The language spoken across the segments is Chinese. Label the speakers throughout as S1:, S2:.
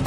S1: 《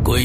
S1: 《鬼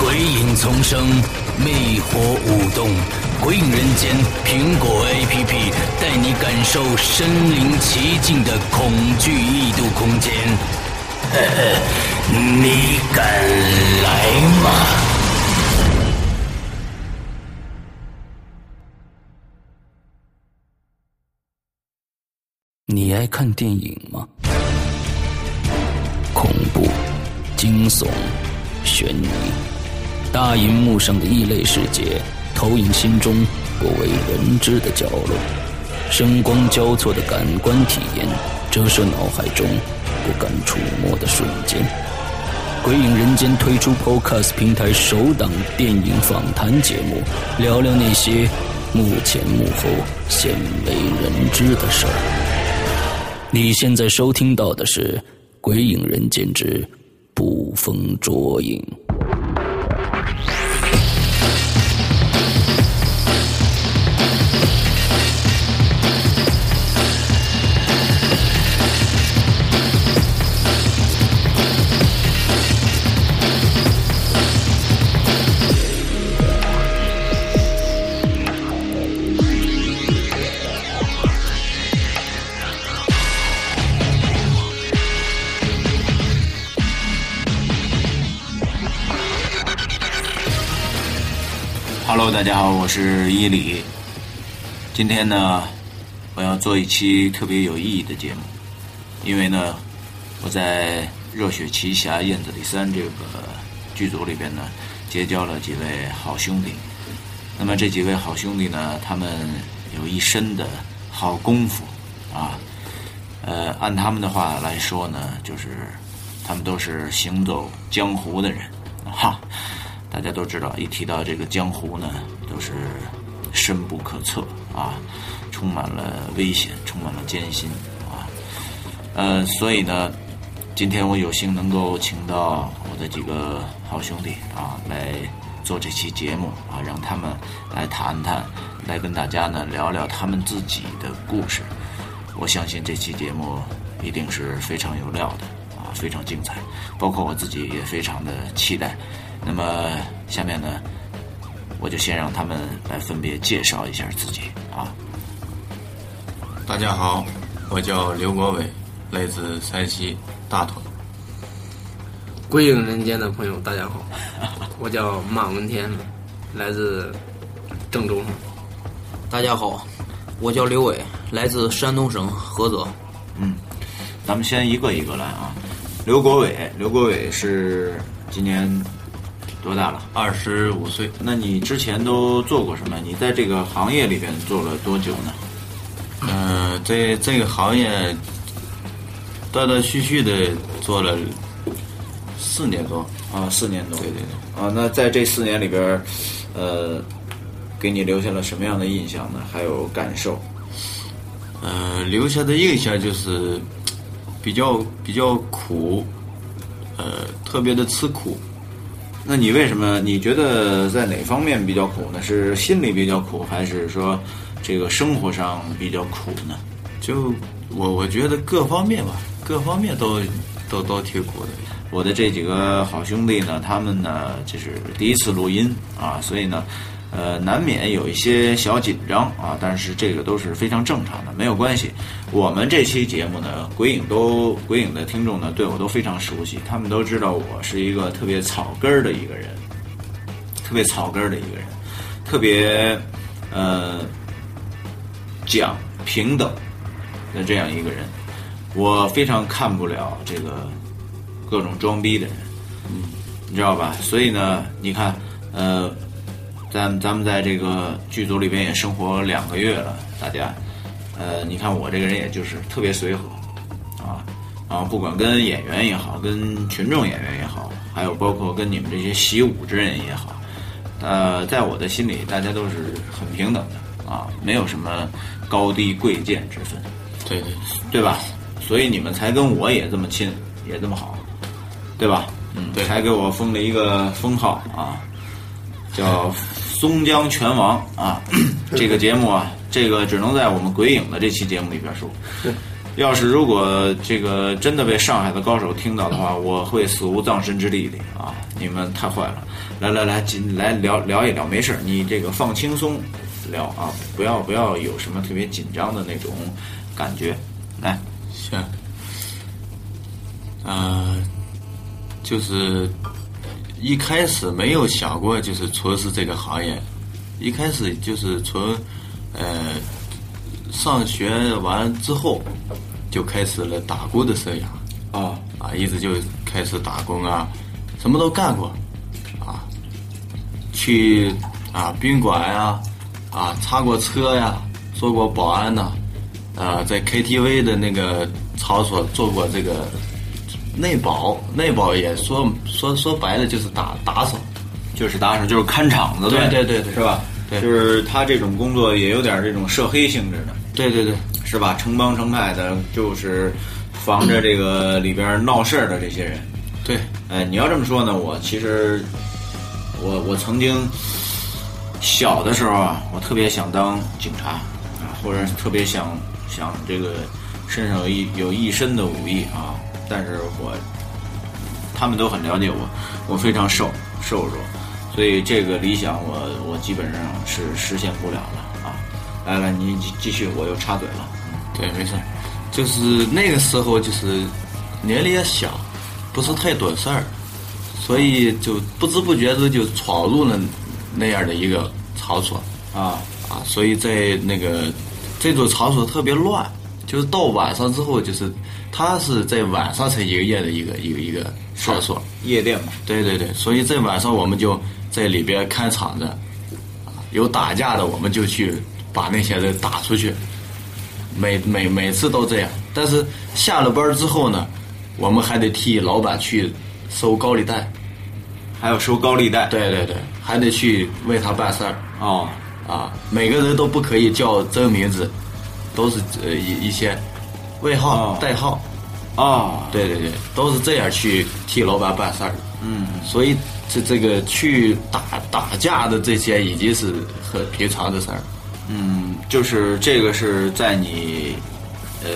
S1: 鬼影丛生，魅火舞动，鬼影人间苹果 APP 带你感受身临其境的恐惧异度空间。呵呵，你敢来吗？你爱看电影吗？恐怖、惊悚、悬疑，大荧幕上的异类世界投影心中不为人知的角落，声光交错的感官体验折射脑海中不敢触摸的瞬间。鬼影人间推出 Podcast 平台首档电影访谈节目，聊聊那些幕前幕后鲜为人知的事儿。你现在收听到的是《鬼影人间之捕风捉影》。
S2: Hello，大家好，我是伊里。今天呢，我要做一期特别有意义的节目，因为呢，我在《热血奇侠燕子李三》这个剧组里边呢，结交了几位好兄弟。那么这几位好兄弟呢，他们有一身的好功夫啊。呃，按他们的话来说呢，就是他们都是行走江湖的人，哈。大家都知道，一提到这个江湖呢，都是深不可测啊，充满了危险，充满了艰辛啊。呃，所以呢，今天我有幸能够请到我的几个好兄弟啊来做这期节目啊，让他们来谈谈，来跟大家呢聊聊他们自己的故事。我相信这期节目一定是非常有料的啊，非常精彩，包括我自己也非常的期待。那么下面呢，我就先让他们来分别介绍一下自己啊。
S3: 大家好，我叫刘国伟，来自山西大同。
S4: 归隐人间的朋友，大家好，我叫马文天，来自郑州。
S5: 大家好，我叫刘伟，来自山东省菏泽。
S2: 咱们先一个一个来啊。刘国伟，刘国伟是今年多大了？
S3: 二十五岁，
S2: 那你之前都做过什么？你在这个行业里边做了多久呢？
S3: 嗯、在这个行业断断续续的做了四年多，
S2: 啊，四年多。
S3: 对对对，
S2: 啊，那在这四年里边儿，呃，给你留下了什么样的印象呢？还有感受？
S3: 嗯、留下的印象就是比较比较苦，呃，特别的吃苦，
S2: 那你为什么？你觉得在哪方面比较苦呢？是心里比较苦，还是说这个生活上比较苦呢？
S3: 就我我觉得各方面吧，各方面都都都挺苦的。
S2: 我的这几个好兄弟呢，他们呢就是第一次录音啊，所以呢，呃，难免有一些小紧张啊，但是这个都是非常正常的，没有关系。我们这期节目呢，鬼影都鬼影的听众呢，对我都非常熟悉，他们都知道我是一个特别草根儿的一个人，特别草根儿的一个人，特别呃讲平等的这样一个人，我非常看不了这个各种装逼的人，你知道吧？所以呢，你看，呃，咱咱们在这个剧组里边也生活两个月了，大家，呃，你看我这个人也就是特别随和，啊，然后不管跟演员也好，跟群众演员也好，还有包括跟你们这些习武之人也好，呃，在我的心里，大家都是很平等的啊，没有什么高低贵贱之分。
S3: 对对，
S2: 对吧？所以你们才跟我也这么亲，也这么好，对吧？嗯，
S3: 对
S2: 才给我封了一个封号啊，叫松江拳王啊。这个节目啊，这个只能在我们鬼影的这期节目里边说。要是如果这个真的被上海的高手听到的话，我会死无葬身之地的啊！你们太坏了！来来来，紧来聊聊一聊，没事儿，你这个放轻松聊啊，不要不要有什么特别紧张的那种感觉。来，
S3: 行，啊呃，就是一开始没有想过就是从事这个行业，一开始就是从呃上学完之后就开始了打工的生涯。
S2: 哦，
S3: 啊，一直就开始打工啊，什么都干过，啊，去啊宾馆呀、啊，擦过车呀、做过保安呐、啊，在 KTV 的那个场所做过这个内保，内保也说说说白了就是打打扫，
S2: 就是打手，就是看场子呗，
S3: 对对对对
S2: 是吧？
S3: 对
S2: 就是他这种工作也有点这种涉黑性质的，
S3: 对对对
S2: 是吧？成帮成派的，就是防着这个里边闹事儿的这些人。
S3: 对，
S2: 哎，你要这么说呢，我其实我我曾经小的时候啊，我特别想当警察啊，或者是特别想想这个身上有一有一身的武艺啊，但是我他们都很了解我，我非常瘦瘦弱，所以这个理想我我基本上是实现不了了啊。来来，你继继续，我又插嘴了。
S3: 对，没事儿，就是那个时候就是年龄也小，不是太懂事儿，所以就不知不觉之就闯入了那样的一个场所
S2: 啊
S3: 啊，所以在那个这种场所特别乱，就是到晚上之后，就是它是在晚上才营业的一个一个一个场所，
S2: 夜店嘛，
S3: 对对对，所以在晚上我们就在里边看场子，啊有打架的我们就去把那些人打出去，每每每次都这样。但是下了班之后呢，我们还得替老板去收高利贷，
S2: 还有收高利贷。
S3: 对对对，还得去为他办事儿
S2: 哦，
S3: 啊。每个人都不可以叫真名字，都是呃一一些外号、
S2: 哦
S3: 代号。
S2: 哦，
S3: 对对对，都是这样去替老板办事儿。嗯，所以这这个去打打架的这些已经是很平常的事儿。
S2: 嗯，就是这个是在你呃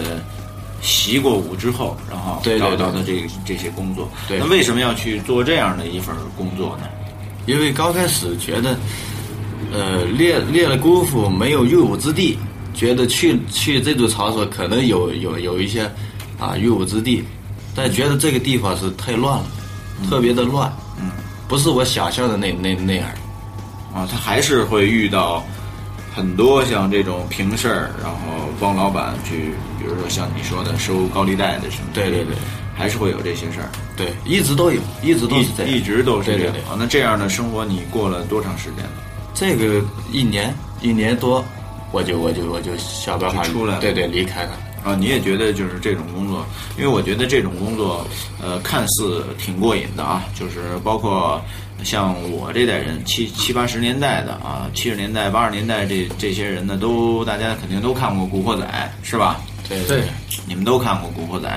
S2: 习过武之后，然后
S3: 对对
S2: 找
S3: 对
S2: 到的这这些工作。
S3: 对
S2: 那为什么要去做这样的一份工作呢？
S3: 因为刚开始觉得，呃，练练了功夫没有用武之地，觉得去去这种场所可能有有有一些啊用武之地，但觉得这个地方是太乱了，特别的乱，嗯，不是我想象的那那那样儿。
S2: 啊，他还是会遇到很多像这种平事儿，然后帮老板去，比如说像你说的收高利贷的什么的，
S3: 对对对
S2: 还是会有这些事儿，
S3: 对，一直都有，一直都是这样，
S2: 一一直都是这
S3: 对
S2: 样
S3: 对对。
S2: 啊。那这样的生活你过了多长时间了？
S3: 这个一年一年多，我就我就我就想办法
S2: 就出来了
S3: 对对，离开了。
S2: 啊，你也觉得就是这种工作，因为我觉得这种工作，呃，看似挺过瘾的啊，就是包括像我这代人，七七八十年代的啊，七十年代、八十年代这这些人呢，都大家肯定都看过《古惑仔》，是吧？
S3: 对
S4: 对，
S2: 你们都看过《古惑仔》，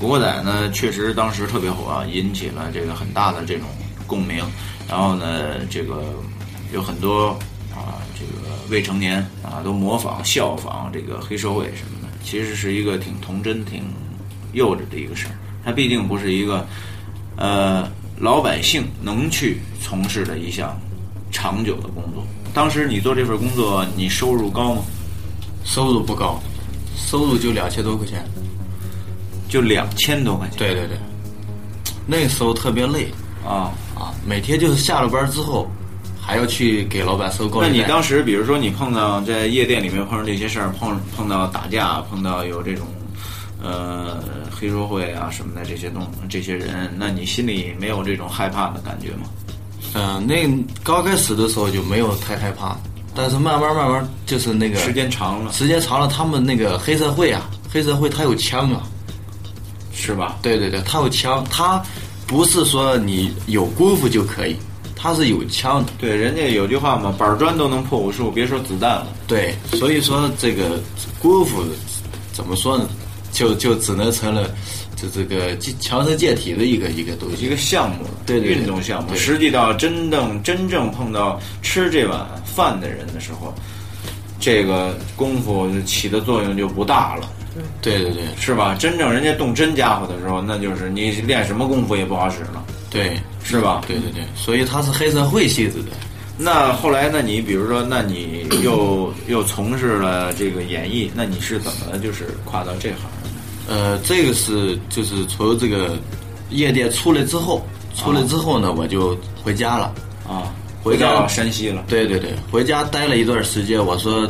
S2: 《古惑仔》呢确实当时特别火啊，引起了这个很大的这种共鸣。然后呢，这个有很多啊，这个未成年啊都模仿效仿这个黑社会什么的，其实是一个挺童真、挺幼稚的一个事儿。它毕竟不是一个呃老百姓能去从事的一项长久的工作。当时你做这份工作，你收入高吗？
S3: 收入不高，收入就两千多块钱。
S2: 就两千多块钱。
S3: 对对对，那时候特别累
S2: 啊，
S3: 啊，每天就是下了班之后，还要去给老板收高
S2: 那
S3: 利贷。
S2: 你当时，比如说你碰到在夜店里面碰上这些事儿，碰碰到打架，碰到有这种呃黑社会啊什么的这些东这些人，那你心里没有这种害怕的感觉吗？
S3: 嗯、那刚开始的时候就没有太害怕，但是慢慢慢慢就是那个
S2: 时间长了
S3: 时间长了，他们那个黑社会啊，黑社会他有枪啊，
S2: 是吧？
S3: 对对对，他有枪，他不是说你有功夫就可以，他是有枪的。
S2: 对，人家有句话嘛，板砖都能破无数，别说子弹了。
S3: 对，所以说这个功夫怎么说呢？就就只能成了这这个强身健体的一个一个东
S2: 一
S3: 西。
S2: 个项目，
S3: 对对对
S2: 运动项目。
S3: 对
S2: 实际到真正真正碰到吃这碗饭的人的时候，这个功夫起的作用就不大了。
S3: 对对对
S2: 是吧？真正人家动真家伙的时候，那就是你练什么功夫也不好使了，
S3: 对
S2: 是吧？
S3: 对对对，所以他是黑社会性质的。
S2: 那后来，那你比如说，那你又又从事了这个演艺，那你是怎么就是跨到这行的？
S3: 呃，这个是就是从这个夜店出来之后，出来之后呢，我就回家了。
S2: 啊，
S3: 回
S2: 回
S3: 家
S2: 到山西了，
S3: 对对对，回家待了一段时间，我说，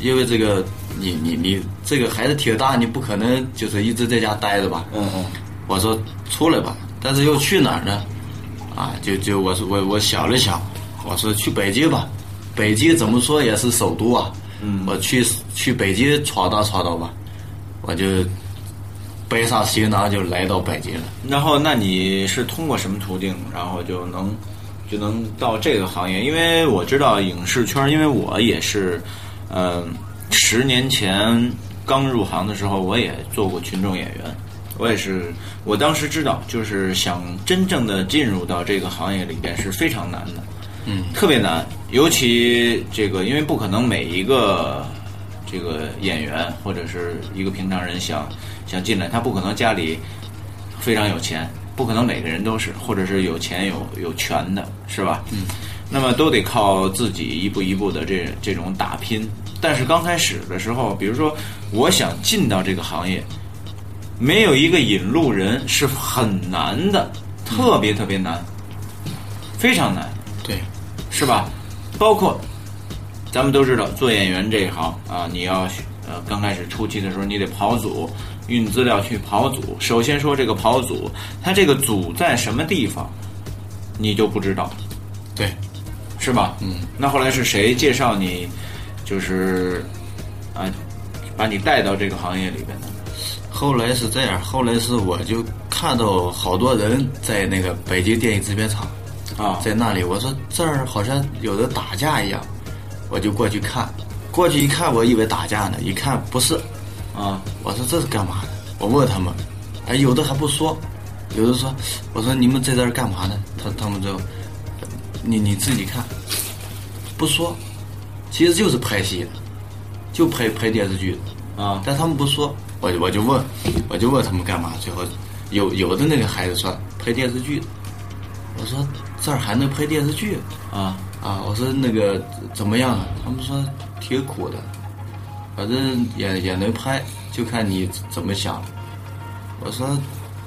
S3: 因为这个你你你这个孩子挺大，你不可能就是一直在家待着吧。
S2: 嗯嗯，
S3: 我说出来吧，但是又去哪儿呢？啊，就就我说我我想了想，我说去北京吧，北京怎么说也是首都啊。嗯，我去去北京闯荡闯荡吧，我就背上行囊就来到北京了。
S2: 然后，那你是通过什么途径，然后就能就能到这个行业？因为我知道影视圈，因为我也是，嗯、十年前刚入行的时候，我也做过群众演员，我也是，我当时知道，就是想真正的进入到这个行业里边是非常难的，嗯，特别难，尤其这个，因为不可能每一个这个演员或者是一个平常人想想进来，他不可能家里非常有钱，不可能每个人都是，或者是有钱有有权的，是吧？嗯，那么都得靠自己一步一步的这这种打拼。但是刚开始的时候，比如说我想进到这个行业，没有一个引路人是很难的，特别特别难，非常难。
S3: 对，
S2: 是吧？包括咱们都知道，做演员这一行啊，你要呃刚开始初期的时候，你得跑组，运资料去跑组。首先说这个跑组，它这个组在什么地方，你就不知道，
S3: 对，
S2: 是吧？嗯。那后来是谁介绍你，就是啊，把你带到这个行业里边的？
S3: 后来是这样，后来是我就看到好多人在那个北京电影制片厂
S2: 啊
S3: 在那里，我说这儿好像有人打架一样，我就过去看，过去一看，我以为打架呢，一看不是，
S2: 啊
S3: 我说这是干嘛的？我问他们，哎，有的还不说，有的说，我说你们在这儿干嘛呢？他他们就，你你自己看，不说，其实就是拍戏的，就拍拍电视剧的。
S2: 啊！
S3: 但他们不说，我就我就问，我就问他们干嘛？最后有有的那个孩子说拍电视剧，我说这儿还能拍电视剧
S2: 啊
S3: 啊？我说那个怎么样啊？他们说挺苦的，反正也也能拍，就看你怎么想。我说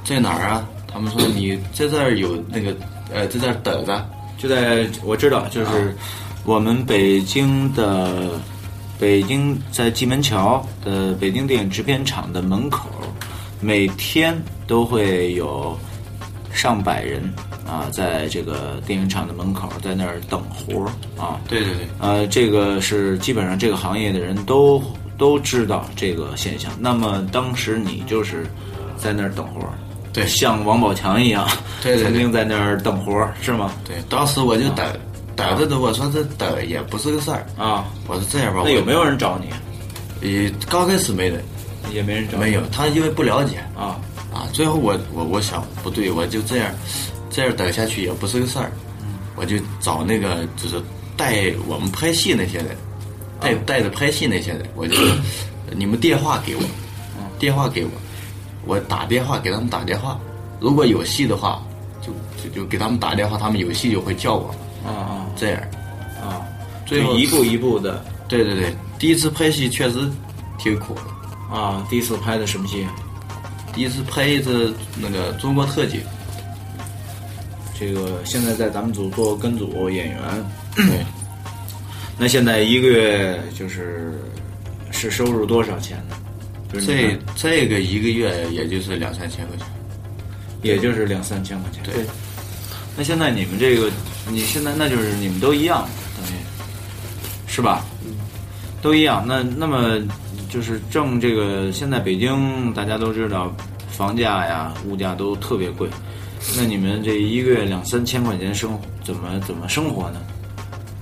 S3: 在哪儿啊？他们说你在这儿有那个呃，在这儿等着。
S2: 就在我知道，就是我们北京的北京在蓟门桥的北京电影制片厂的门口，每天都会有上百人啊，在这个电影厂的门口在那儿等活儿啊。
S3: 对对对，
S2: 呃，这个是基本上这个行业的人都都知道这个现象。那么当时你就是在那儿等活儿，
S3: 对
S2: 像王宝强一样，
S3: 对对对
S2: 曾经在那儿等活儿，是吗？
S3: 对，当时我就等，等着等，我说这等也不是个事儿。
S2: 啊，
S3: 我说这样吧，
S2: 那
S3: 我
S2: 有没有人找你？啊
S3: 呃，刚开始没人，
S2: 也没人找你，
S3: 没有，他因为不了解
S2: 啊嗯
S3: 啊。最后我我我想不对，我就这样这样等下去也不是个事儿，我就找那个就是带我们拍戏那些人，
S2: 啊
S3: 带带着拍戏那些人，我就说你们电话给我，
S2: 嗯
S3: 电话给我，我打电话给他们打电话，如果有戏的话，就就就给他们打电话，他们有戏就会叫我，
S2: 啊啊
S3: 这样。
S2: 啊，
S3: 最后
S2: 就一步一步的
S3: 对对对，第一次拍戏确实挺苦的，
S2: 啊。第一次拍的什么戏？
S3: 第一次拍一次那个中国特警，
S2: 这个现在在咱们组做跟组演员，
S3: 对，
S2: 那现在一个月就是是收入多少钱呢？就是你
S3: 这
S2: 看
S3: 这个一个月也就是两三千块钱，
S2: 也就是两三千块钱。
S3: 对，
S2: 那现在你们这个，你现在那就是你们都一样，等于是吧？都一样。那那么就是挣这个，现在北京大家都知道，房价呀、物价都特别贵。那你们这一个月两三千块钱生活怎么怎么生活呢？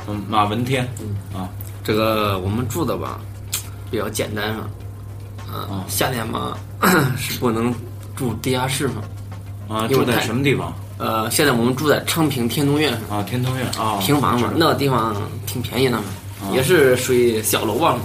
S2: 嗯，马文天，啊，
S4: 嗯这个我们住的吧，比较简单嘛，
S2: 哦
S4: 嗯，夏天嘛 是不能住地下室嘛。
S2: 啊，
S4: 因
S2: 住
S4: 为
S2: 在
S4: 太
S2: 什么地方？
S4: 呃，现在我们住在昌平天通苑上，
S2: 啊，天通苑啊，
S4: 平房嘛，那个地方挺便宜的嘛，也是属于小楼吧，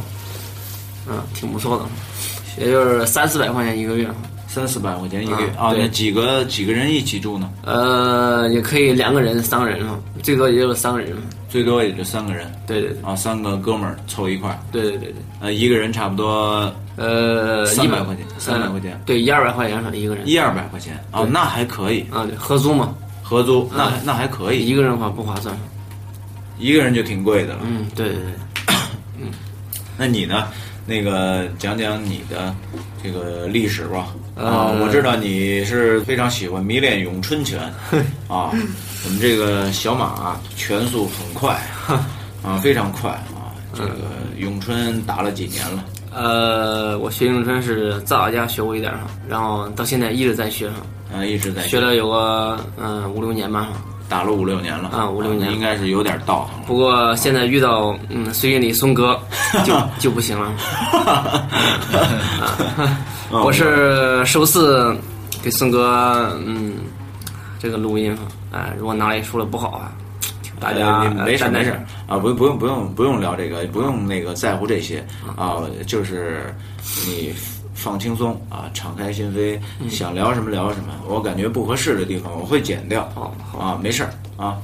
S4: 嗯，挺不错的，也就是三四百块钱一个月，
S2: 三四百块钱一个月
S4: 啊
S2: 啊。
S4: 对
S2: 那几个几个人一起住呢？
S4: 呃，也可以两个人、三个人嘛，最多也就是三个人嘛。
S2: 最多也就三个人。
S4: 对对对
S2: 啊，三个哥们儿凑一块儿，
S4: 对对对对，
S2: 呃，一个人差不多
S4: 呃，
S2: 300
S4: 一百
S2: 块钱300块钱
S4: 呃对，一二百块钱吧，一个人。
S2: 一二百块钱啊，那还可以，
S4: 啊，对，合租嘛，
S2: 合租那
S4: 嗯
S2: 还那还可以，
S4: 一个人的话不划算。
S2: 一个人就挺贵的了。嗯
S4: 嗯，对对 对，
S2: 那你呢？那个讲讲你的这个历史吧。
S4: 呃
S2: 啊，我知道你是非常喜欢迷恋咏春 拳啊，我们这个小马啊拳速很快 啊，非常快啊。
S4: 嗯
S2: 这个咏春打了几年了？
S4: 呃，我学咏春是在老家学过一点儿哈，然后到现在一直在学哈，
S2: 啊，一直在
S4: 学了有个嗯、五六年吧哈。
S2: 打了五六年了
S4: 啊五六年
S2: 那应该是有点道行了。
S4: 不过现在遇到嗯隋运里 松哥就就不行了。啊
S2: 哦
S4: 我是首次给宋哥嗯这个录音哈，啊，如果哪里说的不好啊，请大家
S2: 呃没事
S4: 担待
S2: 没事
S4: 点儿
S2: 啊，不不用不用不用聊这个，不用那个在乎这些啊，就是你放轻松啊，敞开心扉，想聊什么聊什么。我感觉不合适的地方我会剪掉
S4: 好好
S2: 啊，没事儿啊，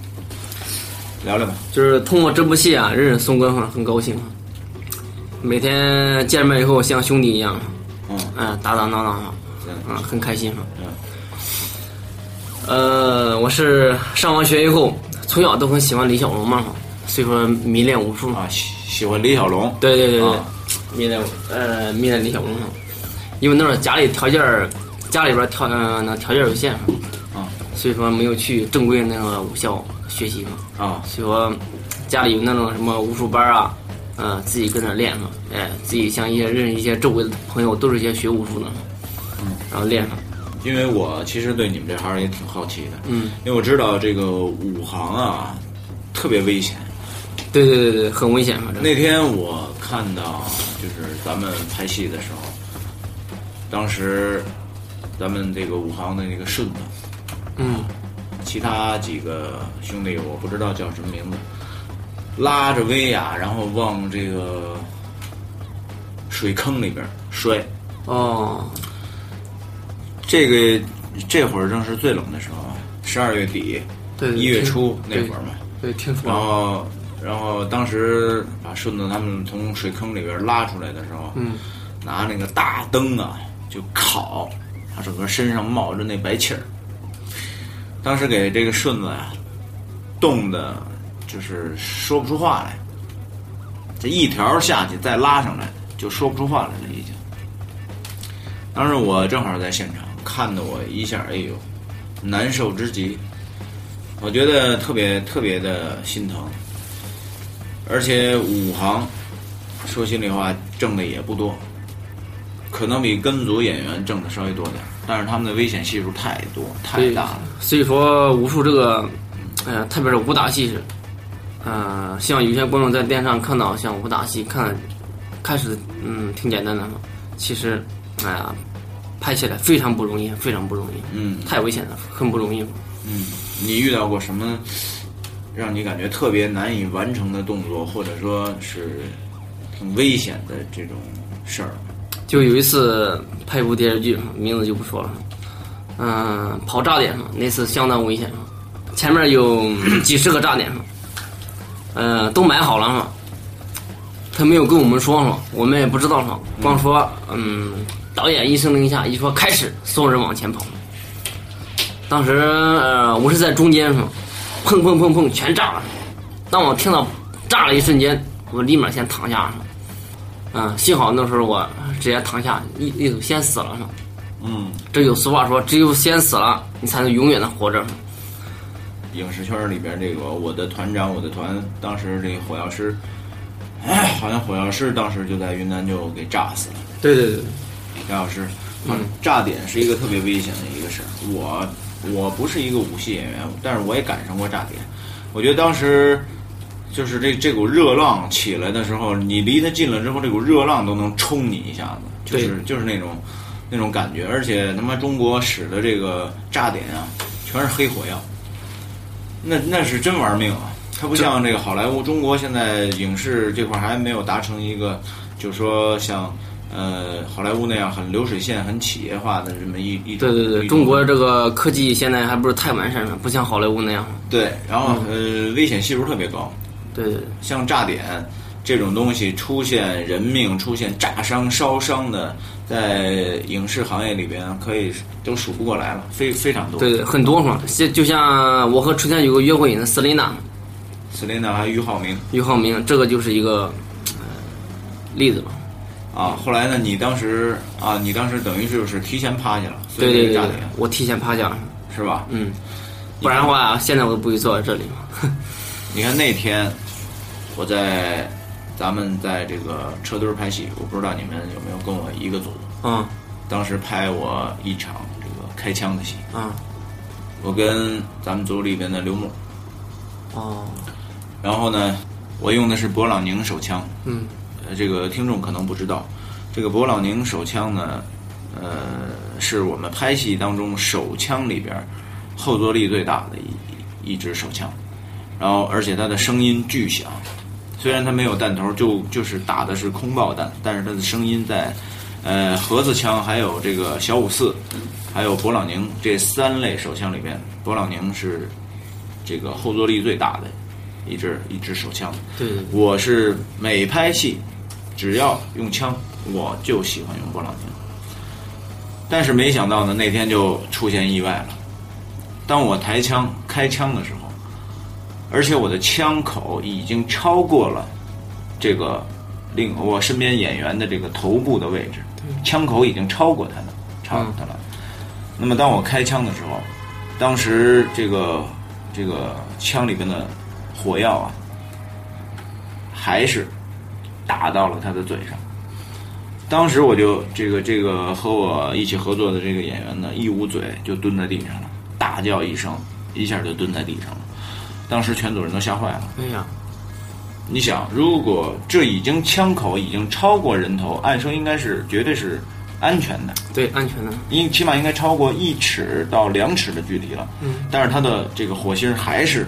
S2: 聊聊吧。
S4: 就是通过这部戏啊，认识宋哥哈，很高兴哈。啊每天见面以后像兄弟一样，
S2: 嗯
S4: 嗯，打打闹闹哈，
S2: 嗯
S4: 啊，很开心哈。
S2: 嗯
S4: 呃，我是上完学以后，从小都很喜欢李小龙嘛，所以说迷恋武术。
S2: 啊，喜喜欢李小龙，
S4: 对对对对
S2: 啊，
S4: 迷恋呃迷恋李小龙嘛，因为那时候家里条件儿，家里边儿条呃那条件有限嘛，
S2: 啊
S4: 所以说没有去正规那个武校学习嘛，
S2: 啊
S4: 所以说家里有那种什么武术班儿啊，呃自己跟着练嘛，哎自己像一些认识一些周围的朋友都是一些学武术的，嗯，然后练上，
S2: 因为我其实对你们这行也挺好奇的，嗯，因为我知道这个武行啊特别危险，
S4: 对对对对，很危险嘛，这个
S2: 那天我看到，就是咱们拍戏的时候，当时咱们这个武行的那个顺子，
S4: 嗯
S2: 其他几个兄弟我不知道叫什么名字，拉着威亚，然后往这个水坑里边摔。
S4: 哦
S2: 这个这会儿正是最冷的时候，十二月底、
S4: 对对
S2: 一月
S4: 听
S2: 初那
S4: 对
S2: 会儿嘛。
S4: 对听说
S2: 然
S4: 了，
S2: 后，然后当时把顺子他们从水坑里边拉出来的时候，
S4: 嗯，
S2: 拿那个大灯啊就烤，他整个身上冒着那白气儿。当时给这个顺子呀、冻的，就是说不出话来。这一条下去再拉上来，就说不出话来了，已经。当时我正好在现场，看得我一下，哎呦，难受之极。我觉得特别特别的心疼，而且武行，说心里话挣的也不多，可能比跟组演员挣的稍微多点儿，但是他们的危险系数太多太
S4: 对
S2: 大了。
S4: 所以说武术这个，呃，特别是武打戏是，呃，像有些观众在电视上看到像武打戏，看开始嗯挺简单的嘛，其实哎呀、拍起来非常不容易，非常不容易，
S2: 嗯
S4: 太危险了，很不容易。
S2: 嗯，你遇到过什么让你感觉特别难以完成的动作，或者说是挺危险的这种事儿？
S4: 就有一次拍一部电视剧，名字就不说了，嗯、跑炸点嘛，那次相当危险嘛，前面有几十个炸点嘛，呃，都买好了嘛，他没有跟我们说嘛，我们也不知道嘛，光说嗯，导演一声令下一说开始，所有人往前跑。当时呃，我是在中间嘛，砰砰砰砰全炸了。当我听到炸了一瞬间，我立马先躺下了。嗯，幸好那时候我直接躺下，一一头先死了嘛。
S2: 嗯，
S4: 这有俗话说，只有先死了，你才能永远的活着。
S2: 影视圈里边这个我的团长，我的团当时这个火药师，哎，好像火药师当时就在云南就给炸死了。
S4: 对对对，
S2: 李老师，嗯，炸点是一个特别危险的一个事儿。我我不是一个武戏演员，但是我也赶上过炸点。我觉得当时就是这这股热浪起来的时候，你离它近了之后，这股热浪都能冲你一下子，就是就是那种那种感觉。而且他妈中国使的这个炸点啊，全是黑火药，那那是真玩命啊！它不像这个好莱坞，中国现在影视这块儿还没有达成一个，就是说像呃好莱坞那样很流水线、很企业化的这么一一
S4: 对
S2: 种
S4: 对对，
S2: 一种
S4: 中国这个科技现在还不是太完善了，不像好莱坞那样。
S2: 对，然后
S4: 嗯
S2: 呃危险系数特别高，
S4: 对对对，
S2: 像炸点这种东西出现人命、出现炸伤、烧伤的，在影视行业里边可以都数不过来了，非非常多。
S4: 对对，很多嘛。像就像我和春天有个约会呢，斯琳娜、
S2: 斯琳娜还有俞灏明
S4: 俞灏明，这个就是一个、呃例子吧。嗯
S2: 啊，后来呢，你当时啊，你当时等于就是提前趴下了，所
S4: 对
S2: 以
S4: 对
S2: 这
S4: 对
S2: 个炸
S4: 对
S2: 点，
S4: 我提前趴下了，
S2: 是吧？
S4: 嗯，不然的话，现在我都不会坐在这里嘛。
S2: 你看那天我在咱们在这个车堆儿拍戏，我不知道你们有没有跟我一个组，
S4: 嗯
S2: 当时拍我一场这个开枪的戏，
S4: 嗯
S2: 我跟咱们组里边的刘牧，
S4: 哦
S2: 然后呢，我用的是勃朗宁手枪，
S4: 嗯
S2: 呃，这个听众可能不知道，这个勃朗宁手枪呢，呃，是我们拍戏当中手枪里边儿后坐力最大的一一支手枪，然后而且它的声音巨响，虽然它没有弹头，就就是打的是空爆弹，但是它的声音在，呃，盒子枪还有这个小五四，还有勃朗宁这三类手枪里边，勃朗宁是这个后坐力最大的一支一支手枪。
S4: 对对
S2: 我是每拍戏，只要用枪，我就喜欢用勃朗宁。但是没想到呢，那天就出现意外了。当我抬枪开枪的时候，而且我的枪口已经超过了这个令我身边演员的这个头部的位置，枪口已经超过他了，超过他了。那么当我开枪的时候，当时这个这个枪里边的火药啊，还是打到了他的嘴上。当时我就这个这个和我一起合作的这个演员呢，一捂嘴就蹲在地上了，大叫一声，一下就蹲在地上了。当时全组人都吓坏了。
S4: 对，哎呀，
S2: 你想，如果这已经枪口已经超过人头，按说应该是绝对是安全的，
S4: 对安全的，
S2: 应起码应该超过一尺到两尺的距离了。嗯，但是他的这个火星还是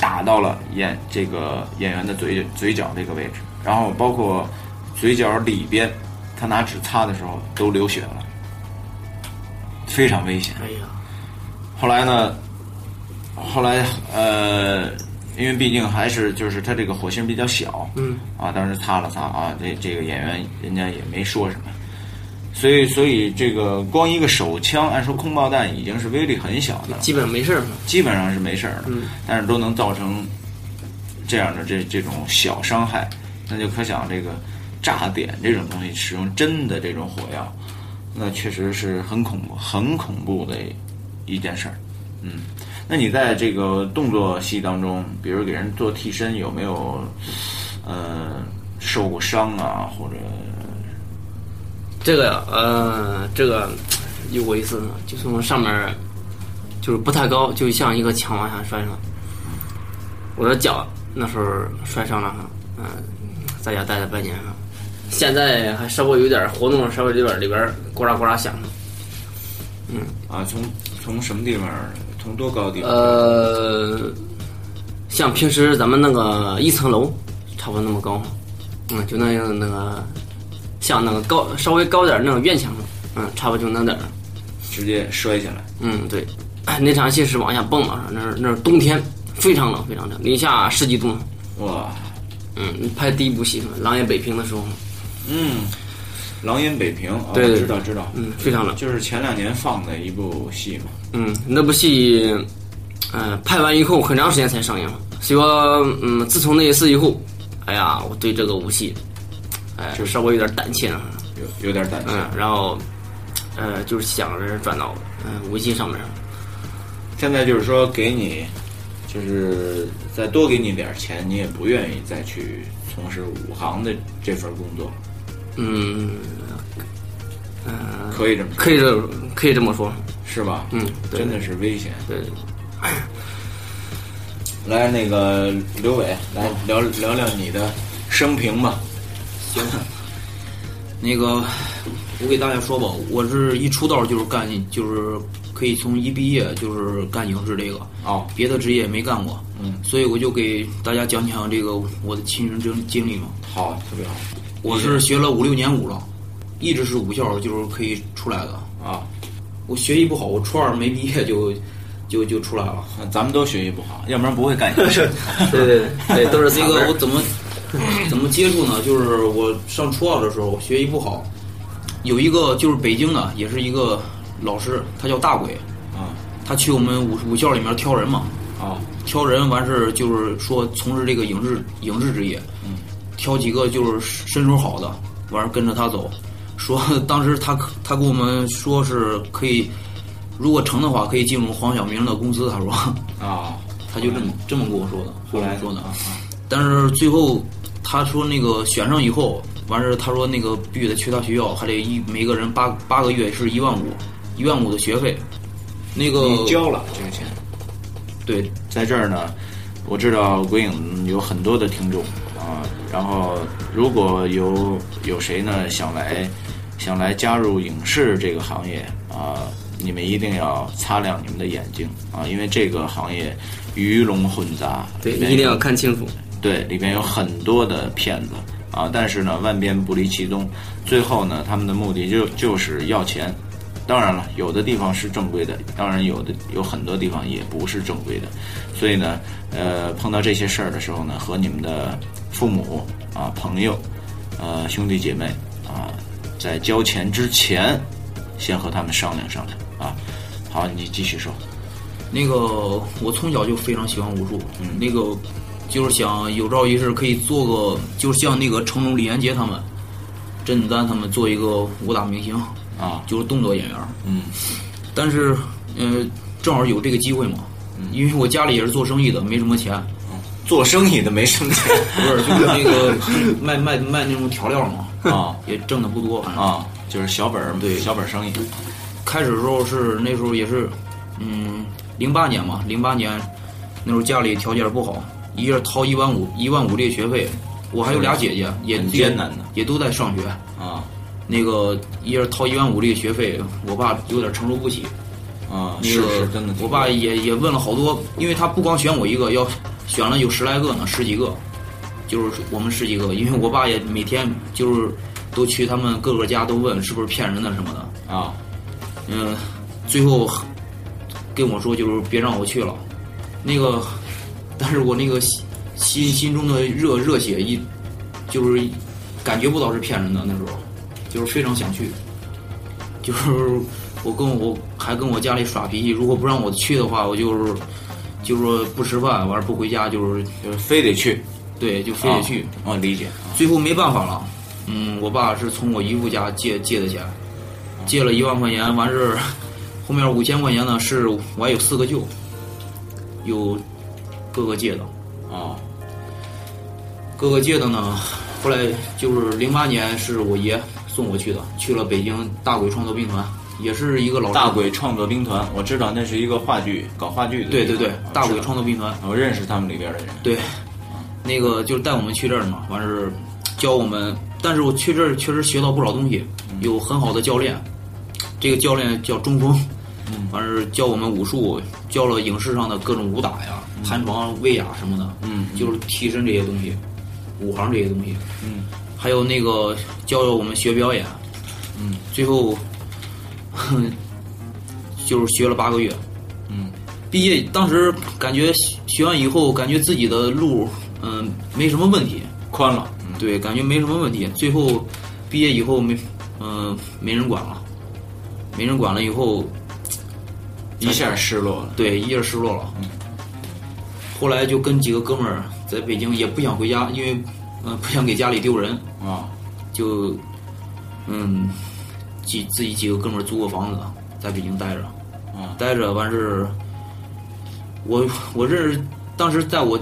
S2: 打到了演这个演员的嘴嘴角这个位置，然后包括嘴角里边，他拿纸擦的时候都流血了，非常危险。
S4: 哎呀，
S2: 后来呢，后来呃，因为毕竟还是就是他这个火星比较小，
S4: 嗯，
S2: 啊，当时擦了擦啊，这这个演员人家也没说什么，所以所以这个光一个手枪，按说空爆弹已经是威力很小的了，
S4: 基本没事儿。
S2: 基本上是没事儿的，
S4: 嗯
S2: 但是都能造成这样的这这种小伤害，那就可想这个炸点这种东西使用真的这种火药，那确实是很恐怖、很恐怖的一件事儿。嗯，那你在这个动作戏当中，比如给人做替身，有没有呃受过伤啊，或者
S4: 这个呃，这个有过一次呢，就从上面儿就是不太高，就像一个墙往下摔上。我的脚那时候摔伤了哈，嗯、在家待了半年哈，现在还稍微有点儿活动，稍微有点儿里边儿呱啦呱啦响。
S2: 啊，从从什么地方，从多高的地方？
S4: 呃，像平时咱们那个一层楼差不多那么高，嗯，就那样那个像那个高稍微高点儿那种院墙，嗯，差不多就那点儿，
S2: 直接摔下来。
S4: 嗯，对，那场戏是往下蹦嘛，那是那是冬天，非常冷，非常冷，零下十几度。
S2: 哇，
S4: 嗯，拍第一部戏嘛，《狼烟北平》的时候，
S2: 嗯，《狼烟北平》啊，
S4: 对对
S2: 知道知道，
S4: 嗯，非常冷。
S2: 就是前两年放的一部戏嘛。
S4: 嗯，那部戏，嗯、拍完以后很长时间才上映，所以说，嗯，自从那一次以后，哎呀，我对这个武戏，哎，就稍微有点胆怯了。
S2: 有有点胆怯。
S4: 嗯，然后，呃，就是想着转到嗯武戏上面。
S2: 现在就是说给你，就是再多给你点儿钱，你也不愿意再去从事武行的这份工作，
S4: 嗯，
S2: 可以这么说，
S4: 可以这可以这么说。
S2: 是吧？
S4: 嗯对
S2: 真的是危险。
S4: 对，
S2: 来，那个刘伟，来聊聊聊你的生平吧。
S5: 行，那个我给大家说吧，我是一出道就是干，就是可以从一毕业就是干影视这个，
S2: 哦，
S5: 别的职业也没干过，
S2: 嗯，
S5: 所以我就给大家讲讲这个我的亲身经经历嘛。
S2: 好，特别好
S5: 我是学了五六年武了，一直是武校就是可以出来的。
S2: 啊。
S5: 我学习不好，我初二没毕业就就就出来了。
S2: 咱们都学习不好，要不然不会干影视。
S4: 对对对，都是
S5: 那个我怎么怎么接触呢？就是我上初二的时候，我学习不好，有一个就是北京的，也是一个老师，他叫大鬼，
S2: 啊
S5: 他去我们武武校里面挑人嘛，
S2: 啊
S5: 挑人完事儿就是说从事这个影视影视职业，
S2: 嗯
S5: 挑几个就是身手好的，完事儿跟着他走。说 当时他他跟我们说是可以，如果成的话可以进入黄晓明的公司，他说
S2: 啊，
S5: 他就这么这么跟我说的，
S2: 后来
S5: 说的
S2: 啊，
S5: 但是最后他说那个选上以后，完事儿他说那个必须得去他学校，还得一每个人八八个月是一万五，一万五的学费。那个
S2: 你交了这个钱。
S5: 对
S2: 在这儿呢，我知道鬼影有很多的听众啊，然后如果有有谁呢想来想来加入影视这个行业啊，你们一定要擦亮你们的眼睛啊，因为这个行业鱼龙混杂，
S4: 对，
S2: 里面
S4: 一定要看清楚。
S2: 对，里边有很多的骗子啊，但是呢，万变不离其宗，最后呢，他们的目的就就是要钱。当然了，有的地方是正规的，当然有的有很多地方也不是正规的，所以呢，呃，碰到这些事儿的时候呢，和你们的父母啊、朋友、呃兄弟姐妹啊，在交钱之前，先和他们商量商量啊。好，你继续说。
S5: 那个我从小就非常喜欢武术，那个就是想啊有朝一日可以做个，就像那个成龙、李连杰他们、甄子丹他们做一个武打明星，
S2: 啊，
S5: 就是动作演员。
S2: 嗯，
S5: 但是，呃，正好有这个机会嘛，
S2: 嗯
S5: 因为我家里也是做生意的，没什么钱，
S2: 做生意的没什么
S5: 不
S2: 钱
S5: 是就是 那个卖卖卖那种调料嘛，
S2: 啊。
S5: 也挣的不多，反正。
S2: 啊，就是小本儿，对，小本儿生意。
S5: 开始的时候是那时候也是，嗯，零八年嘛，零八年那时候家里条件不好，一人掏一万五一万五这学费，我还有俩姐姐，也
S2: 很艰难的
S5: 也都在上学。
S2: 啊
S5: 那个一人掏一万五这学费，我爸有点承受不起。
S2: 啊，
S5: 那
S2: 是
S5: 个
S2: 是真的挺多。
S5: 我爸也也问了好多，因为他不光选我一个，要选了有十来个呢，十几个，就是我们十几个，因为我爸也每天就是都去他们各个家都问是不是骗人的什么的。
S2: 啊
S5: 嗯，最后跟我说就是别让我去了，那个，但是我那个心心心中的热热血一就是感觉不到是骗人的，那时候就是非常想去，就是我跟我还跟我家里耍脾气，如果不让我去的话，我就是就是说不吃饭，完了不回家，就是
S2: 就是非得去，
S5: 对，就非得去。
S2: 啊。我理解啊
S5: 最后没办法了，嗯，我爸是从我姨父家借借的钱，借了一万块钱，完事儿，后面五千块钱呢是我还有四个舅，有哥哥借的，
S2: 啊
S5: 哥哥借的呢，后来就是零八年是我爷送我去的，去了北京大鬼创作兵团，也是一个老师
S2: 大，鬼创作兵团，我知道那是一个话剧，搞话剧的。
S5: 对对对
S2: 啊，
S5: 大
S2: 知
S5: 鬼
S2: 道
S5: 创作兵团，
S2: 我认识他们里边的人。
S5: 对，那个就是带我们去这儿嘛，完事儿教我们，但是我去
S2: 嗯
S5: 这儿确实学到不少东西，有很好的教练，这个教练叫中锋，
S2: 嗯
S5: 完事儿教我们武术，教了影视上的各种武打呀、弹床、卫呀什么的，
S2: 嗯
S5: 就是替身这些东西，武行这些东西，
S2: 嗯，
S5: 还有那个教了我们学表演，
S2: 嗯，
S5: 最后 就是学了八个月，
S2: 嗯，
S5: 毕业当时感觉学学完以后，感觉自己的路嗯没什么问题，
S2: 宽了，嗯
S5: 对，感觉没什么问题。最后毕业以后没，嗯、没人管了，没人管了以后，
S2: 一下失落了。
S5: 对，一下失落了。后来就跟几个哥们儿在北京，也不想回家，因为嗯、呃不想给家里丢人，
S2: 啊，
S5: 就嗯几自己几个哥们儿租个房子，在北京待着，啊
S2: 嗯
S5: 待着完事儿，我我认识，当时在我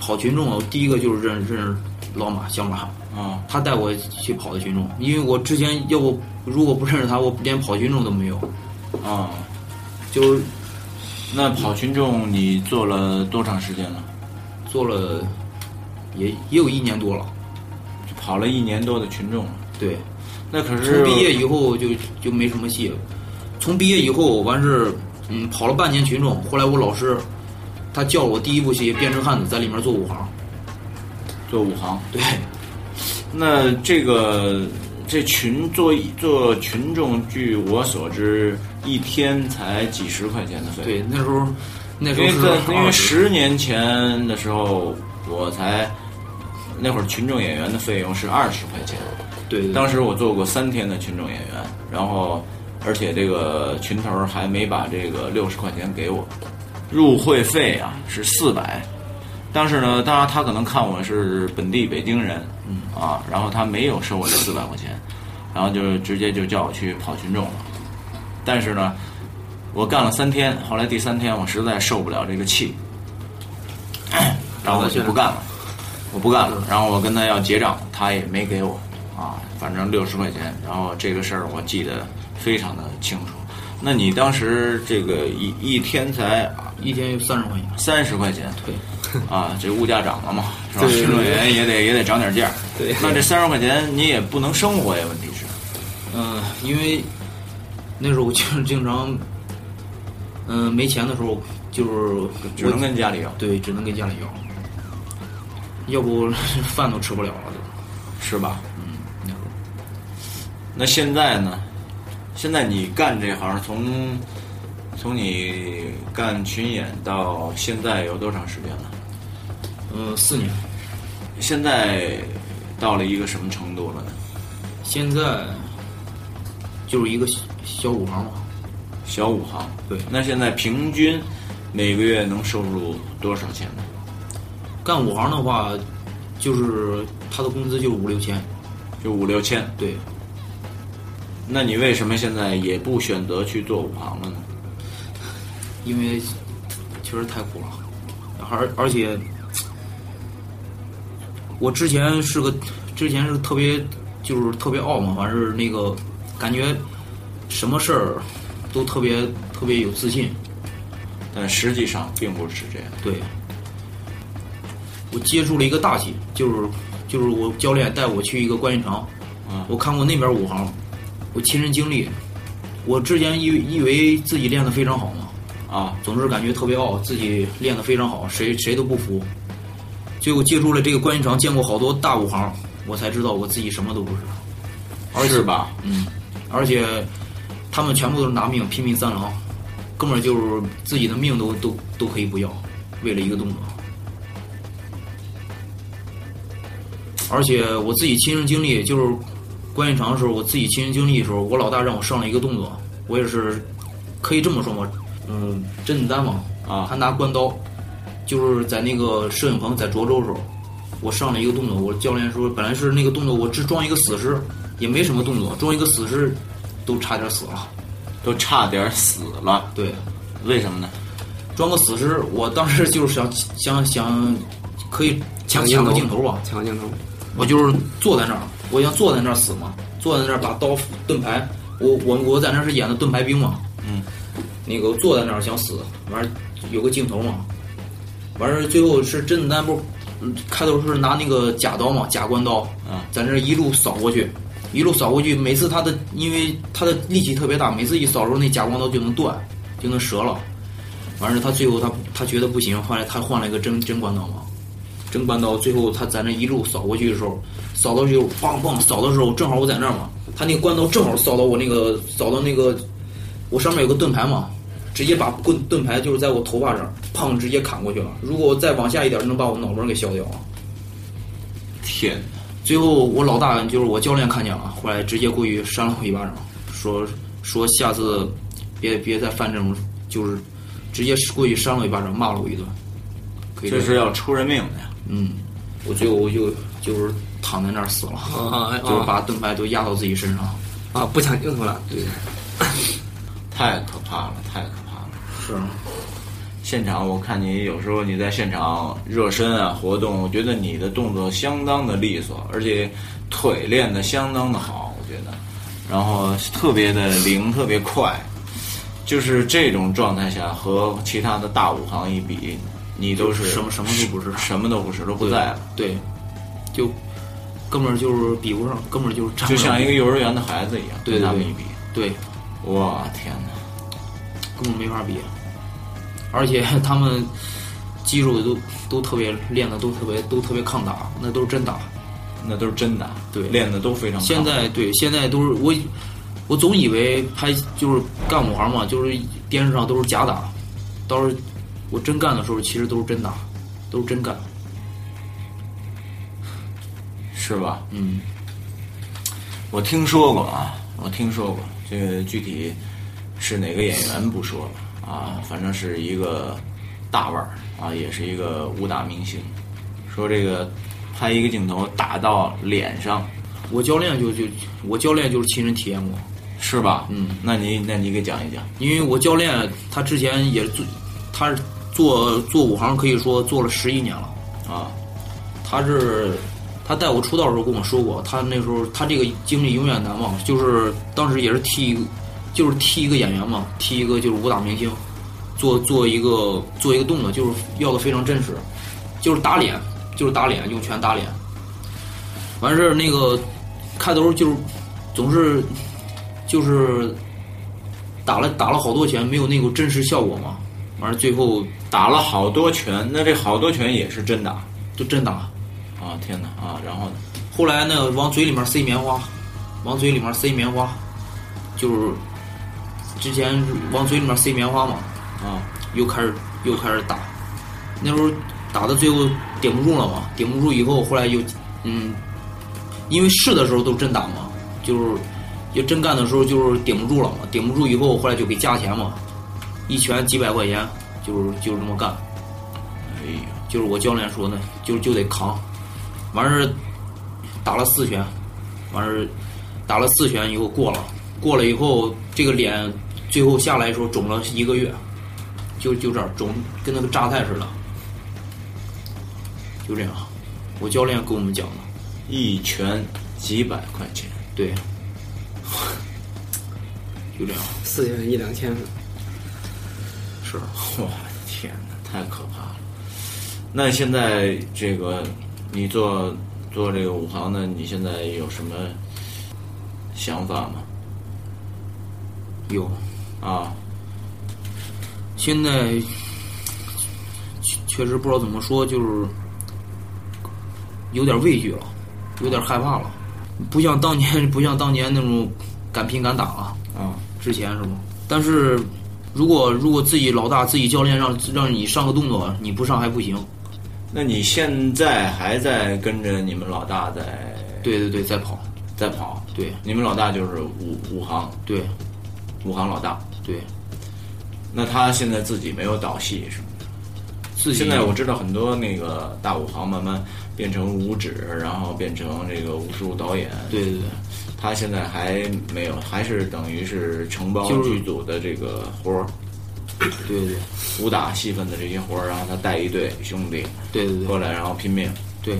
S5: 跑群众啊，我第一个就是认认识老马小马，
S2: 啊，
S5: 他带我去跑的群众，因为我之前要不如果不认识他，我连跑群众都没有。
S2: 啊，
S5: 就是
S2: 那跑群众你做了多长时间了？
S5: 做了也也有一年多了，
S2: 就跑了一年多的群众了，
S5: 对，
S2: 那可
S5: 从
S2: 是
S5: 毕业以后就就没什么戏了。从毕业以后完事，嗯，跑了半年群众，后来我老师他叫我第一部戏《变成汉子》，在里面做武行，
S2: 做武行，
S5: 对，
S2: 那这个这群做做群众，据我所知，一天才几十块钱的费。
S5: 对，那时候那时
S2: 因为
S5: 候是
S2: 在因为
S5: 20
S2: 十年前的时候，我才那会儿群众演员的费用是二十块钱。
S5: 对对
S2: 当时我做过三天的群众演员，然后而且这个群头儿还没把这个六十块钱给我，入会费啊是四百。当时呢，当然他可能看我是本地北京人，嗯啊，然后他没有收我这四百块钱，然后就直接就叫我去跑群众了。但是呢，我干了三天，后来第三天我实在受不了这个气， 然后我就不干了，我不干了。然后我跟他要结账，他也没给我啊，反正六十块钱。然后这个事儿我记得非常的清楚。那你当时这个一一天才
S5: 一天有三十块钱，
S2: 三十块钱，
S5: 对，
S2: 啊，这物价涨了嘛，是吧？
S4: 对
S2: 群众演员也得也得涨点价。
S4: 对
S2: 那这三十块钱你也不能生活呀，问题是，
S5: 嗯，因为那时候我就是 经常，嗯、没钱的时候就是
S2: 只能
S5: 我
S2: 跟家里要。
S5: 对，只能跟家里要，要不 饭都吃不了了都。
S2: 是吧？嗯，那现在呢？现在你干这行，从从你干群演到现在有多长时间了？
S5: 嗯、四年，
S2: 现在到了一个什么程度了呢？
S5: 现在就是一个小小武行嘛，
S2: 小五行。
S5: 对
S2: 那现在平均每个月能收入多少钱呢？
S5: 干武行的话，就是他的工资就五六千，
S2: 就五六千。
S5: 对，
S2: 那你为什么现在也不选择去做五行了呢？
S5: 因为确实太苦了，而而且我之前是个之前是特别就是特别傲嘛，反正那个感觉什么事儿都特别特别有自信，
S2: 但实际上并不是这样。
S5: 对，我接触了一个大戏，就是就是我教练带我去一个观音堂，
S2: 嗯
S5: 我看过那边武行，我亲身经历。我之前以为以为自己练得非常好嘛，
S2: 啊，
S5: 总之感觉特别傲，自己练得非常好，谁谁都不服。结果接触了这个观音堂，见过好多大武行，我才知道我自己什么都不是。而且
S2: 是吧？
S5: 嗯，而且他们全部都是拿命拼命三郎，根本就是自己的命都都都可以不要，为了一个动作。而且我自己亲身经历，就是关系长的时候，我自己亲身经历的时候，我老大让我上了一个动作，我也是可以这么说嘛，嗯，甄子丹嘛，
S2: 啊
S5: 他拿关刀，就是在那个摄影棚在涿州的时候，我上了一个动作，我教练说本来是那个动作，我只装一个死尸，也没什么动作，装一个死尸都差点死了。
S2: 都差点死了，
S5: 对，
S2: 为什么呢？
S5: 装个死尸，我当时就是想想想，可以抢
S4: 镜
S5: 抢
S4: 头
S5: 个镜头吧，
S4: 抢个镜头，
S5: 我就是坐在那儿，我想坐在那儿死嘛，坐在那儿把刀盾牌，我我我在那儿是演的盾牌兵嘛，
S2: 嗯，
S5: 那个我坐在那儿想死，完事儿有个镜头嘛，完事儿最后是甄子丹不是嗯开头是拿那个假刀嘛，假关刀，
S2: 嗯
S5: 在那儿一路扫过去，一路扫过去，每次他的因为他的力气特别大，每次一扫的时候那假光刀就能断，跟个折了。完事儿他最后他他觉得不行，后来他换了一个真真关刀嘛，真关刀。最后他在那一路扫过去的时候，扫到就梆梆扫的时候，正好我在那儿嘛，他那个关刀正好扫到我那个扫到那个我上面有个盾牌嘛，直接把棍盾牌就是在我头发这儿，砰直接砍过去了。如果我再往下一点，能把我脑门儿给削掉啊。
S3: 天哪！
S5: 最后我老大就是我教练看见了，后啊来直接过去扇了我一巴掌，说说下次别别再犯这种，就是直接过去扇了我一巴掌，骂了我一顿。可以
S2: 这是要出人命的呀！
S5: 嗯，我最后我就就是躺在那儿死了，
S4: 啊
S5: 就是把盾牌都压到自己身上。
S4: 啊，不抢镜头了，对，
S3: 太可怕了，太可怕了！
S5: 是，
S2: 现场我看你有时候你在现场热身啊活动，我觉得你的动作相当的利索，而且腿练得相当的好，我觉得，然后特别的灵，特别快，就是这种状态下和其他的大武行一比，你都是
S5: 什么什么都不是
S2: 什么都不是，都不在了，
S5: 对，就根本就是比不上，根本就是站不
S2: 就像
S5: 上
S2: 一个幼儿园的孩子一样，
S5: 对
S2: 跟
S5: 对
S2: 他们
S5: 对
S2: 一比，
S5: 对，
S2: 哇天哪，
S5: 根本没法比。而且他们肌肉都都特别练的都特别都特别抗打，那都是真打。
S2: 那都是真的，
S5: 对
S2: 练得都非常好。
S5: 现在对，现在都是我，我总以为拍就是干武行嘛，就是电视上都是假打，到时候我真干的时候，其实都是真打，都是真干。
S2: 是吧？
S5: 嗯，
S2: 我听说过啊，我听说过，这个具体是哪个演员不说了啊，反正是一个大腕儿啊，也是一个武打明星，说这个拍一个镜头打到脸上，
S5: 我教练就就我教练就是亲身体验过，
S2: 是吧？
S5: 嗯，
S2: 那你那你给讲一讲，
S5: 因为我教练他之前也做，他是做做武行可以说做了十一年了。
S2: 啊，
S5: 他是他带我出道的时候跟我说过，他那时候他这个经历永远难忘，就是当时也是替一个，就是替一个演员嘛，替一个就是武打明星，做做一个做一个动作，就是要的非常真实，就是打脸，就是打脸，用拳打脸。完事儿那个开头就是总是就是打了打了好多拳，没有那个真实效果嘛。完了最后
S2: 打了好多拳，那这好多拳也是真打
S5: 就真打，
S2: 啊！天哪啊！然后呢？
S5: 后来呢，往嘴里面塞棉花，往嘴里面塞棉花，就是之前往嘴里面塞棉花嘛，
S2: 啊，
S5: 又开始又开始打，那时候打到最后顶不住了嘛，顶不住以后，后来又嗯，因为试的时候都真打嘛，就是就真干的时候就是顶不住了嘛，顶不住以后，后来就给加钱嘛，一拳几百块钱，就是就是这么干，
S2: 哎呦，
S5: 就是我教练说呢，就就得扛，完事儿打了四拳，完事儿打了四拳以后过了，过了以后这个脸最后下来的时候肿了一个月，就就这儿肿跟那个榨菜似的，就这样。我教练跟我们讲的，
S2: 一拳几百块钱，
S5: 对， 就这样，
S4: 四千一两千，
S5: 是
S2: 哇，天哪，太可怕了！那现在这个你做做这个武行呢，你现在有什么想法吗？
S5: 有。
S2: 啊，
S5: 现在确确实不知道怎么说，就是有点畏惧了，有点害怕了，不像当年，不像当年那种敢拼敢打了。
S2: 啊，
S5: 之前是吗？但是如果如果自己老大、自己教练让让你上个动作，你不上还不行。
S2: 那你现在还在跟着你们老大在
S5: 对对对，再跑，
S2: 在跑？
S5: 对
S2: 你们老大就是武武行
S5: 对
S2: 武行老大，
S5: 对，
S2: 那他现在自己没有导戏是吗？
S5: 自己
S2: 现在我知道很多那个大武行慢慢变成武指，然后变成这个武术导演，
S5: 对对对。
S2: 他现在还没有，还是等于是承包
S5: 就是
S2: 剧组的这个活儿，
S5: 对对
S2: 武打戏份的这些活儿，然后他带一队兄弟
S5: 对对对
S2: 过来，然后拼命。
S5: 对，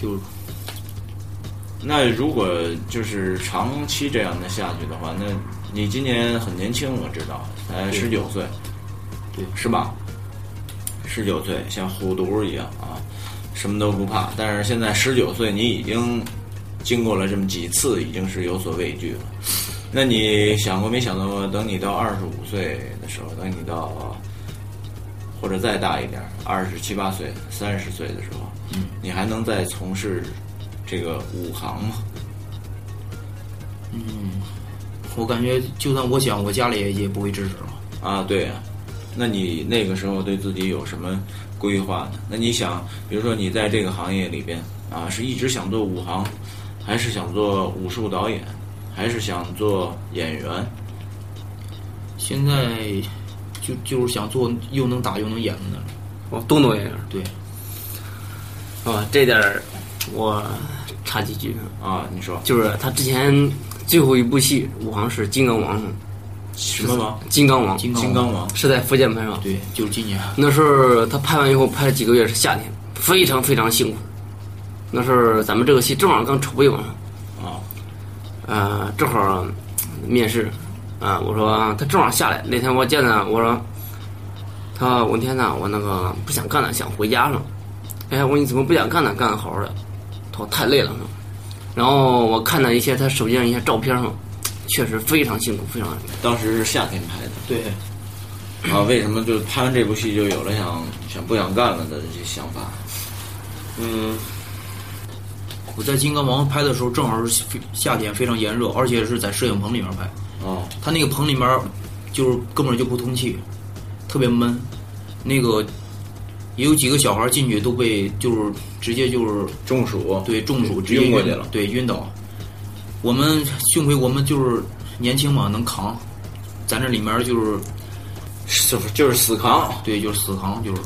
S5: 就是
S2: 那如果就是长期这样的下去的话，那你今年很年轻，我知道，才
S5: 对
S2: 十九岁，
S5: 对
S2: 是吧？十九岁像虎犊儿一样啊，什么都不怕。但是现在十九岁，你已经经过了这么几次，已经是有所畏惧了。那你想过没想到过，等你到二十五岁的时候，等你到或者再大一点，二十七八岁、三十岁的时候，嗯，你还能再从事这个武行吗？
S5: 我感觉就算我想，我家里也也不会支持了。
S2: 啊，对啊，那你那个时候对自己有什么规划呢？那你想，比如说你在这个行业里边啊，是一直想做武行，还是想做武术导演，还是想做演员？
S5: 现在就就是想做又能打又能演的那种，
S4: 我动动哦也是。
S5: 对，
S4: 啊，这点儿我插几句，
S2: 啊，你说
S4: 就是他之前最后一部戏《武行》是《金刚王》，
S2: 什么王？
S4: 金刚王哦
S5: 金
S2: 金刚王
S4: 是在福建拍的。
S5: 对，就是今年
S4: 那时候他拍完以后拍了几个月是夏天，非常非常辛苦。那时候咱们这个戏正好刚筹备完，
S2: 啊，
S4: 呃，正好嗯面试，啊、我说他正好下来那天我见他，我说他我天呐，我那个不想干了，想回家了。哎，我说你怎么不想干了？干得好好的，他说太累了。然后我看了一些他手机上一些照片上，确实非常辛苦，非常累。
S2: 当时是夏天拍
S5: 对，
S2: 的啊，为什么就拍完这部戏就有了想想不想干了的这些想法？
S5: 嗯，我在金刚王拍的时候，正好是非夏天，非常炎热，而且是在摄影棚里面拍。
S2: 哦，
S5: 他那个棚里面就是根本就不通气，特别闷。那个也有几个小孩进去都被就是直接就是
S2: 中暑，
S5: 对中暑直接
S2: 哦晕过去
S5: 晕
S2: 了
S5: 对晕倒。我们幸亏我们就是年轻嘛，能扛。咱这里面就是
S2: 就是就是死扛，
S5: 对，就是死扛，就是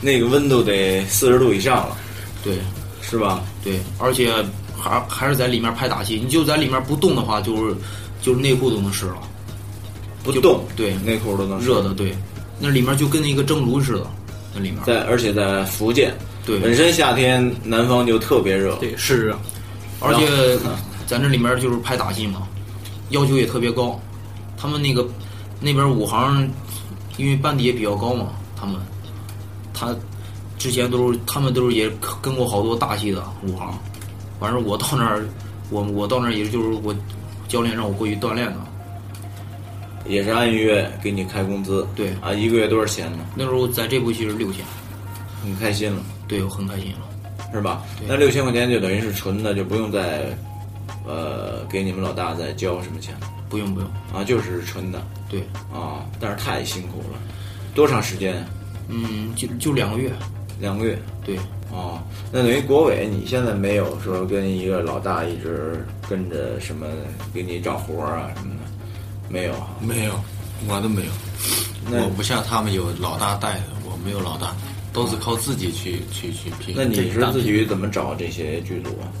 S2: 那个温度得四十度以上了，
S5: 对
S2: 是吧？
S5: 对，而且还还是在里面拍打戏，你就在里面不动的话，就是就是内裤都能湿了，
S2: 不
S5: 就
S2: 动，
S5: 对
S2: 内裤都能
S5: 热的对，那里面就跟那个蒸炉似的，那里面
S2: 在嗯而且在福建，
S5: 对
S2: 本身夏天南方就特别热，
S4: 对，是啊，
S5: 而且咱这里面就是拍打戏嘛，要求也特别高。他们那个那边武行，因为班底也比较高嘛，他们他之前都是他们都是也跟过好多大戏的武行。反正我到那儿，我我到那儿也就是我教练让我过去锻炼的。
S2: 也是按月给你开工资，
S5: 对
S2: 啊，一个月多少钱呢？
S5: 那时候在这部戏是六千，
S2: 很开心了，
S5: 对我很开心了。
S2: 是吧？那六千块钱就等于是纯的，就不用再呃给你们老大再交什么钱了
S5: 不用不用，
S2: 啊，就是纯的
S5: 对，
S2: 啊，但是太辛苦了，多长时间？
S5: 嗯，就就两个月，
S2: 两个月
S5: 对，
S2: 哦，那等于国伟，你现在没有说跟一个老大一直跟着什么给你找活儿啊什么的，没有啊。
S3: 没有，我都没有，
S2: 那
S3: 我不像他们有老大带的，我没有老大，都是靠自己去去去拼。
S2: 那你是自己怎么找这些剧组啊？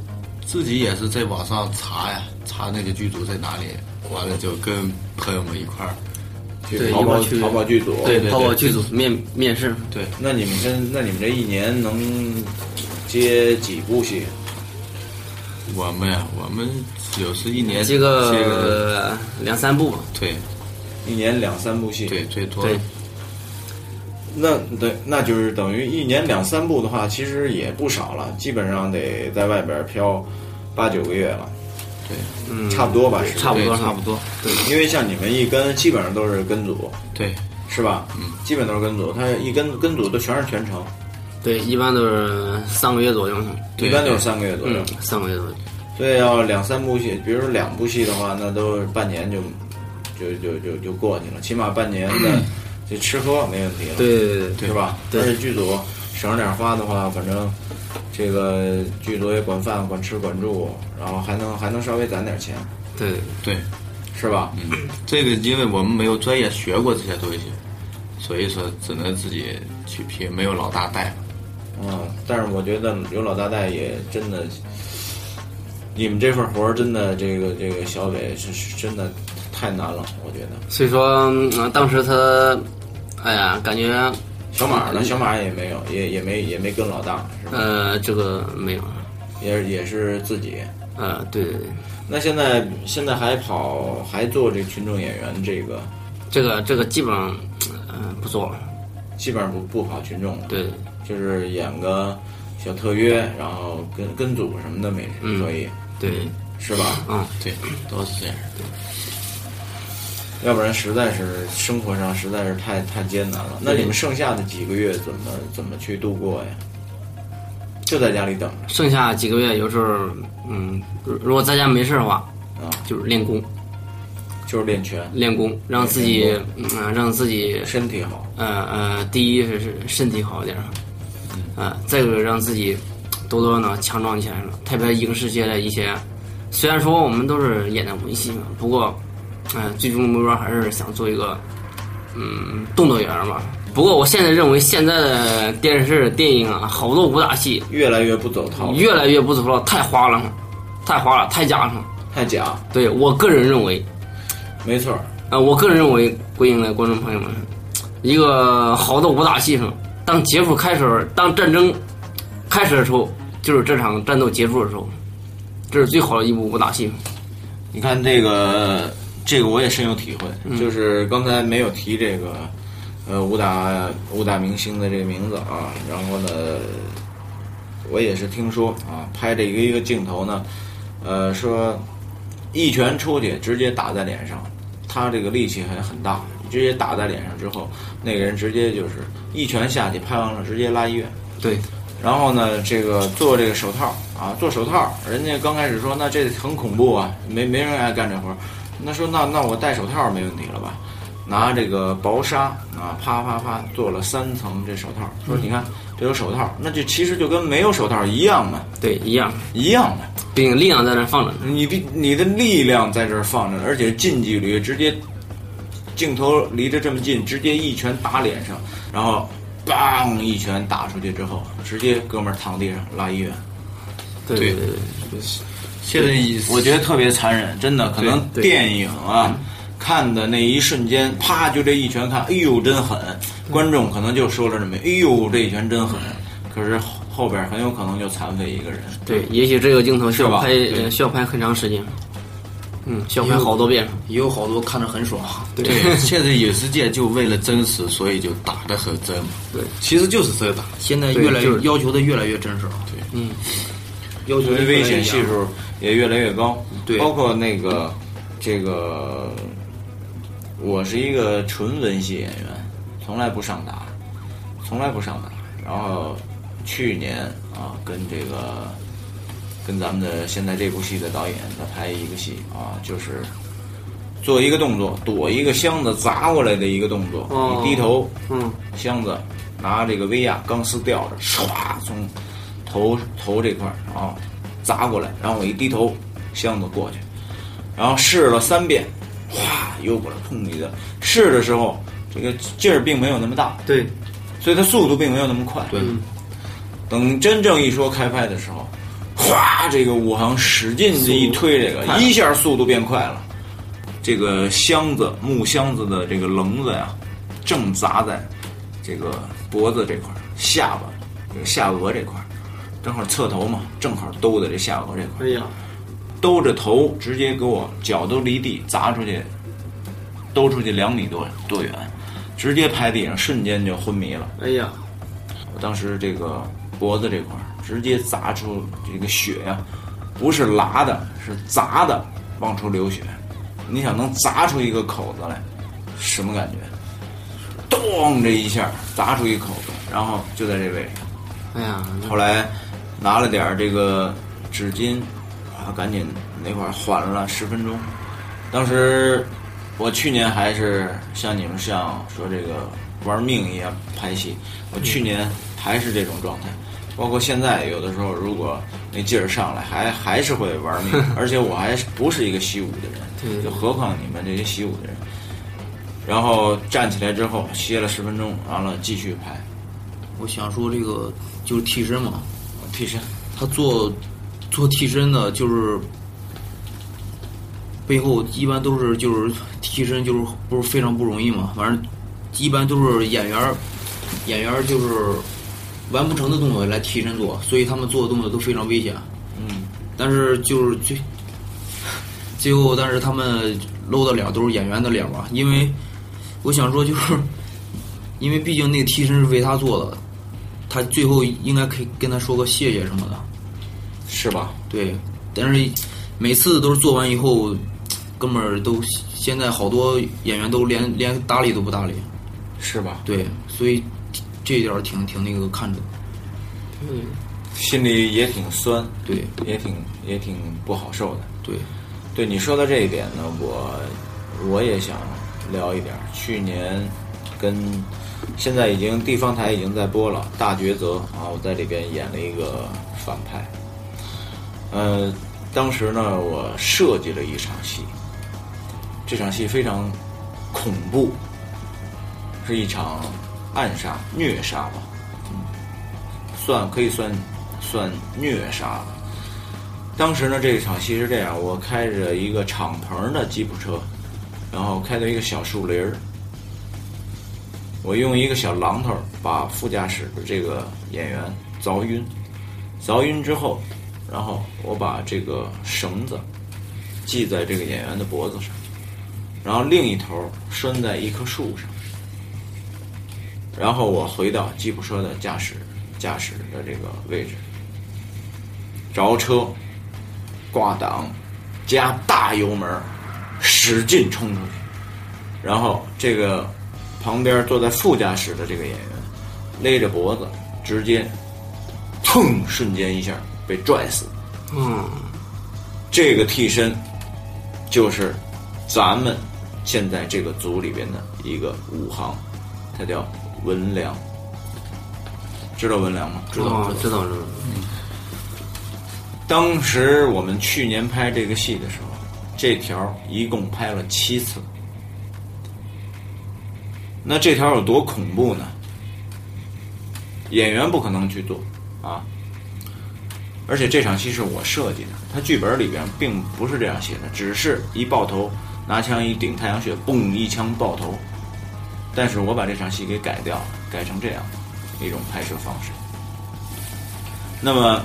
S3: 自己也是在网上查呀，查那个剧组在哪里，完了就跟朋友们一块儿。
S4: 对
S2: 淘
S4: 一
S2: 宝
S4: 块去
S2: 淘宝剧组。
S4: 对
S3: 对
S4: 包括
S3: 对
S4: 剧组面面试，
S3: 对，
S2: 那你们现那你们这一年能接几部戏？
S3: 我们呀，我们有时一年
S4: 这
S3: 接个
S4: 个两三部吧。
S3: 对
S2: 一年两三部戏。
S3: 对，最多
S4: 对，
S2: 那对，那就是等于一年两三部的话，其实也不少了，基本上得在外边漂八九个月了，
S3: 对
S4: 嗯，
S2: 差不多吧？是吧
S4: 差不多
S3: 对差不多
S2: 因为像你们一跟，基本上都是跟组，
S3: 对
S2: 是吧？嗯，基本都是跟组，他一跟跟组都全是全程，
S4: 对，一般都是三个月左右，
S2: 一
S3: 对
S2: 般都是三个月左右
S4: 嗯。，三个月左右。
S2: 所以要两三部戏，比如说两部戏的话，那都是半年就就就就就过去了，起码半年的这吃喝没问题了，
S4: 对对对对，
S2: 是吧？
S4: 对
S2: 而且剧组省着点花的话，反正这个剧组也管饭、管吃、管住，然后还能还能稍微攒点钱，
S4: 对对
S3: 对，
S2: 是吧？
S3: 嗯，这个因为我们没有专业学过这些东西，所以说只能自己去拼，没有老大带 嘛。
S2: 嗯，但是我觉得有老大带也真的，你们这份活儿真的，这个这个小北是是真的太难了，我觉得。
S4: 所以说、嗯当时他，哎呀，感觉
S2: 小马
S4: 嗯
S2: 呢？小马也没有，也也没也没跟老大，是吧？
S4: 呃这个没有，
S2: 也也是自己。
S4: 呃对对对，
S2: 那现在现在还跑还做这群众演员，这个
S4: 这个这个基本上嗯、呃不做了，
S2: 基本上不不跑群众了，
S4: 对
S2: 就是演个小特约，然后跟跟组什么的没
S4: 嗯
S2: 可以，
S4: 对
S2: 是吧？
S4: 嗯，
S2: 对，都是这样。要不然实在是生活上实在是太太艰难了。那你们剩下的几个月怎么怎么去度过呀？就在家里等着
S4: 剩下几个月有时候，嗯，如如果在家没事儿的话，
S2: 啊，
S4: 就是练功，
S2: 就是练拳，
S4: 练功，让自己，嗯、让自己，
S2: 身体好。
S4: 呃呃，第一是是身体好一点儿，啊、再一个让自己多多呢强壮起来了。特别影视界的一些，虽然说我们都是演的文戏嘛，不过，嗯、最终目标还是想做一个，嗯，动作演员吧。不过我现在认为现在的电视电影啊，好多武打戏
S2: 越来越不走套路，
S4: 越来越不走了，太花了，太花了，太假了。
S2: 太假，
S4: 对我个人认为，
S2: 没错儿，
S4: 啊，我个人认为，归应的观众朋友们，一个好的武打戏上，当结束开始，当战争开始的时候，就是这场战斗结束的时候，这是最好的一部武打戏。
S2: 你看这个，这个我也深有体会，就是刚才没有提这个，呃，武打武打明星的这个名字啊。然后呢，我也是听说啊，拍这一个一个镜头呢，呃，说一拳出去直接打在脸上，他这个力气还很大，直接打在脸上之后，那个人直接就是一拳下去，拍完了直接拉医院。
S4: 对，
S2: 然后呢，这个做这个手套啊，做手套，人家刚开始说那这很恐怖啊，没没人爱干这活儿。那说那那我戴手套没问题了吧？拿这个薄纱啊，啪啪啪做了三层这手套，说你看这有手套，那这其实就跟没有手套一样嘛，
S4: 对，一样，
S2: 一样嘛。
S4: 毕竟力量在那放着呢。
S2: 你的你的力量在这儿放着，而且近距离直接镜头离得这么近，直接一拳打脸上，然后梆一拳打出去之后，直接哥们儿躺地上拉医院。
S4: 对对
S2: 对
S4: 对
S2: 现在
S6: 我觉得特别残忍，真的，可能
S4: 对嗯
S6: 电影啊，
S2: 看的那一瞬间，啪就这一拳看，哎呦真狠！观众可能就说了这么，哎呦这一拳真狠，可是后后边很有可能就残废一个人。
S4: 对，也许这个镜头需要
S2: 是吧
S4: 拍，
S2: 对
S4: 呃需要拍很长时间，嗯，需要拍好多遍。
S5: 也有好多看着 很爽，对，
S2: 对，现在影视界就为了真实，所以就打得很真。
S4: 对，
S2: 其实就是这打。
S5: 现在
S4: 对
S5: 越来越、
S4: 就是
S5: 要求的越来越真实了，
S2: 对，
S5: 嗯，要求
S2: 因
S5: 的
S2: 为
S5: 越来越
S2: 危险系
S5: 严
S2: 数也越来越高，
S5: 对
S2: 包括那个这个，我是一个纯文戏演员，从来不上打，从来不上打。然后去年啊，跟这个跟咱们的现在这部戏的导演，他拍一个戏啊，就是做一个动作，躲一个箱子砸过来的一个动作，
S4: 哦
S2: 你低啊头
S4: 嗯，
S2: 箱子，拿这个威亚钢丝吊着，唰从头头这块儿啊砸过来，然后我一低头，箱子过去，然后试了三遍，哗又过来碰你的。试的时候，这个劲儿并没有那么大，
S4: 对，
S2: 所以它速度并没有那么快。对，等真正一说开拍的时候，哗，这个武行使劲的一推，这个一下速度变快了。这个箱子木箱子的这个棱子呀、正砸在这个脖子这块儿、下巴、这个下颚这块儿，正好侧头嘛，正好兜在这下颚这块儿。
S4: 哎呀，
S2: 兜着头直接给我脚都离地砸出去，兜出去两米多多远，直接拍地上，瞬间就昏迷了。
S4: 哎呀，
S2: 我当时这个脖子这块儿直接砸出这个血呀、不是拉的，是砸的，往出流血。你想能砸出一个口子来，什么感觉？咚这一下砸出一口子，然后就在这位置。
S4: 哎呀，
S2: 后来拿了点儿这个纸巾，啊，赶紧那会儿缓了十分钟。当时我去年还是像你们像说这个玩命一样拍戏，我去年还是这种状态。包括现在，有的时候如果那劲儿上来，还还是会玩命，而且我还是不是一个习武的人，就何况你们这些习武的人。然后站起来之后歇了十分钟，完了继续拍
S5: 我想说这个就是替身嘛，
S2: 替身。
S5: 他做做替身的，就是背后一般都是就是替身，就是不是非常不容易嘛。反正一般都是演员儿演员儿就是完不成的动作来替身做，所以他们做的动作都非常危险。
S2: 嗯，
S5: 但是就是最最后，但是他们露的脸都是演员的脸吧？因为我想说，就是因为毕竟那个替身是为他做的，他最后应该可以跟他说个谢谢什么的。
S2: 是吧？
S5: 对，但是每次都是做完以后，哥们儿都现在好多演员都连连搭理都不搭理，
S2: 是吧？
S5: 对，所以这一点儿挺挺那个看着，
S2: 心里也挺酸，
S5: 对
S2: 也挺也挺不好受的。
S5: 对，
S2: 对你说到这一点呢，我我也想聊一点儿。去年跟现在已经地方台已经在播了《大抉择》啊，我在里边演了一个反派。呃，当时呢，我设计了一场戏，这场戏非常恐怖，是一场暗杀、虐杀吧，嗯、算可以算算虐杀吧。当时呢，这一场戏是这样：我开着一个敞篷的吉普车，然后开到一个小树林儿，我用一个小榔头把副驾驶的这个演员凿晕，凿晕之后，然后我把这个绳子系在这个演员的脖子上，然后另一头拴在一棵树上，然后我回到吉普车的驾驶驾驶的这个位置，着车，挂档，加大油门，使劲冲出去。然后这个旁边坐在副驾驶的这个演员勒着脖子，直接，砰！瞬间一下被拽死。
S4: 嗯，
S2: 这个替身就是咱们现在这个组里边的一个武行，他叫文良。知道文良吗？
S4: 知道知道知道，
S2: 当时我们去年拍这个戏的时候，这条一共拍了七次。那这条有多恐怖呢？演员不可能去做啊！而且这场戏是我设计的，它剧本里边并不是这样写的，只是一爆头拿枪一顶太阳穴，嘣一枪爆头。但是我把这场戏给改掉了，改成这样一种拍摄方式。那么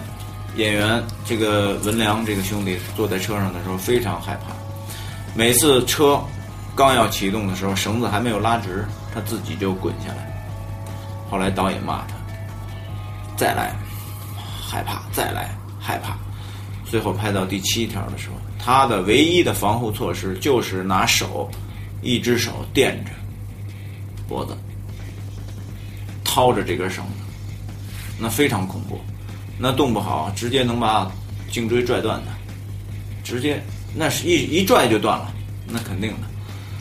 S2: 演员这个文良这个兄弟坐在车上的时候非常害怕，每次车刚要启动的时候，绳子还没有拉直，他自己就滚下来。后来导演骂他，再来，害怕，再来，害怕。最后拍到第七条的时候，他的唯一的防护措施就是拿手，一只手垫着脖子，掏着这根绳子，那非常恐怖。那动不好，直接能把颈椎拽断的，直接那是一一拽就断了，那肯定的。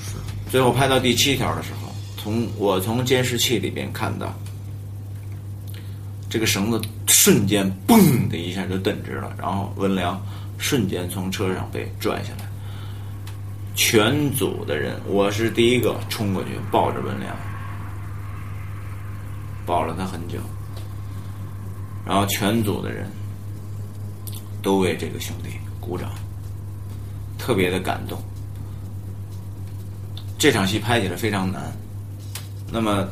S2: 是。最后拍到第七条的时候，从我从监视器里边看到，这个绳子瞬间嘣的一下就蹬直了，然后文良瞬间从车上被拽下来。全组的人，我是第一个冲过去抱着文良，抱了他很久。然后全组的人都为这个兄弟鼓掌，特别的感动。这场戏拍起来非常难，那么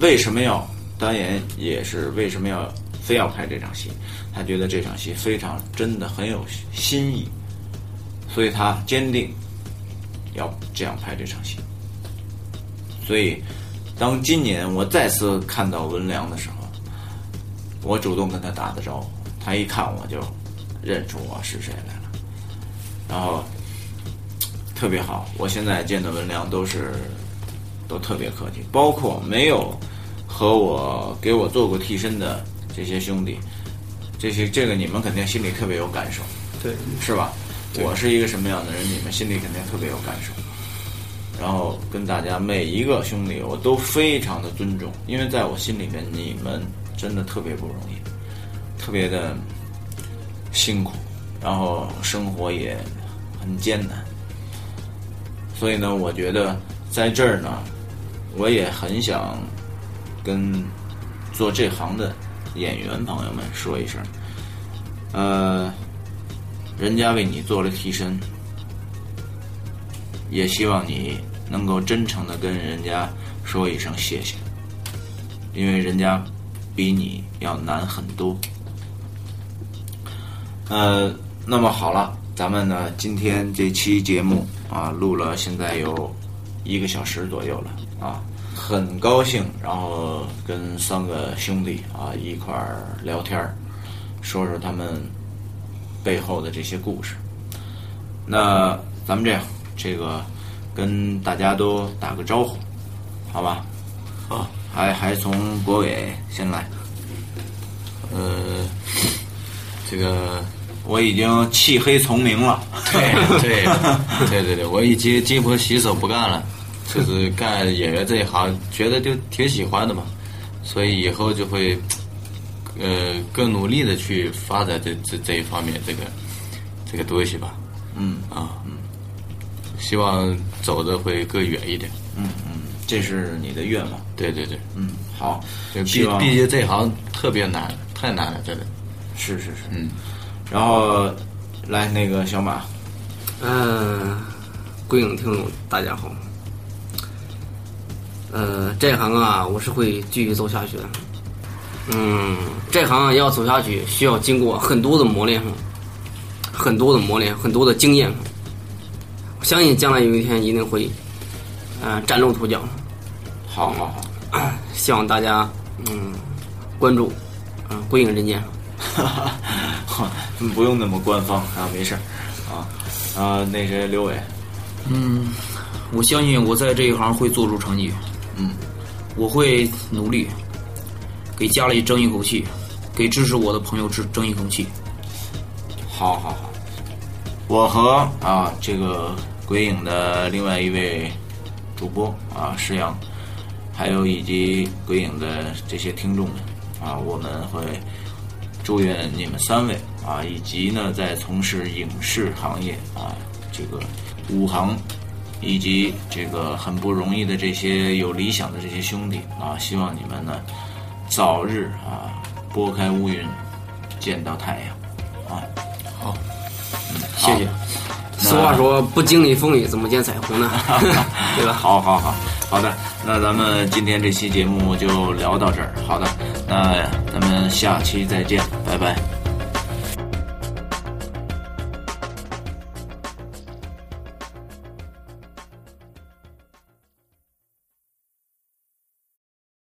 S2: 为什么要导演也是为什么要非要拍这场戏？他觉得这场戏非常真的很有新意，所以他坚定要这样拍这场戏。所以，当今年我再次看到文良的时候，我主动跟他打的招呼，他一看我就认出我是谁来了，然后特别好。我现在见的文良都是都特别客气，包括没有和我给我做过替身的这些兄弟，这些这个你们肯定心里特别有感受，
S4: 对，
S2: 是吧？我是一个什么样的人，你们心里肯定特别有感受。然后跟大家每一个兄弟，我都非常的尊重，因为在我心里面，你们真的特别不容易，特别的辛苦，然后生活也很艰难。所以呢，我觉得在这儿呢，我也很想跟做这行的演员朋友们说一声，呃，人家为你做了替身，也希望你能够真诚的跟人家说一声谢谢，因为人家比你要难很多。呃，那么好了，咱们呢今天这期节目啊，录了现在有一个小时左右了啊，很高兴，然后跟三个兄弟啊一块儿聊天儿，说说他们背后的这些故事那咱们这样，这个跟大家都打个招呼，好吧？
S3: 好，
S2: 还还从国伟先来。
S3: 呃，这个
S2: 我已经弃黑从明了。
S3: 对对对对对，我已经金盆洗手不干了，就是干演员这一行，觉得就挺喜欢的嘛，所以以后就会，呃，更努力的去发展这这这一方面这个这个东西吧。
S2: 嗯
S3: 啊，嗯，希望走的会更远一点。
S2: 嗯嗯，这是你的愿望。
S3: 对对对，
S2: 嗯，好，
S3: 就
S2: 希
S3: 毕
S2: 望
S3: 毕竟这行特别难，太难了，真的。
S2: 是是是。
S3: 嗯，
S2: 然后来那个小马，
S4: 嗯，鬼影听众大家好。呃，这行啊，我是会继续走下去的。嗯，这行啊要走下去，需要经过很多的磨练，很多的磨练，很多的经验。我相信将来有一天一定会，呃，崭露头角。
S2: 好好好，
S4: 希望大家嗯关注，嗯、鬼影人间。
S2: 不用那么官方啊，没事儿啊。啊，那谁，刘伟，
S5: 我相信我在这一行会做出成绩。
S2: 嗯，
S5: 我会努力，给家里争一口气，给支持我的朋友争争一口气。
S2: 好好好，我和啊这个鬼影的另外一位主播啊石阳，还有以及鬼影的这些听众们啊，我们会祝愿你们三位啊，以及呢在从事影视行业啊这个武行。以及这个很不容易的这些有理想的这些兄弟啊，希望你们呢早日啊拨开乌云，见到太阳啊！嗯
S5: 谢谢。
S4: 俗话说，不经历风雨，怎么见彩虹呢？ 对吧？
S2: 好好好，好的，那咱们今天这期节目就聊到这儿。好的，那咱们下期再见，拜拜。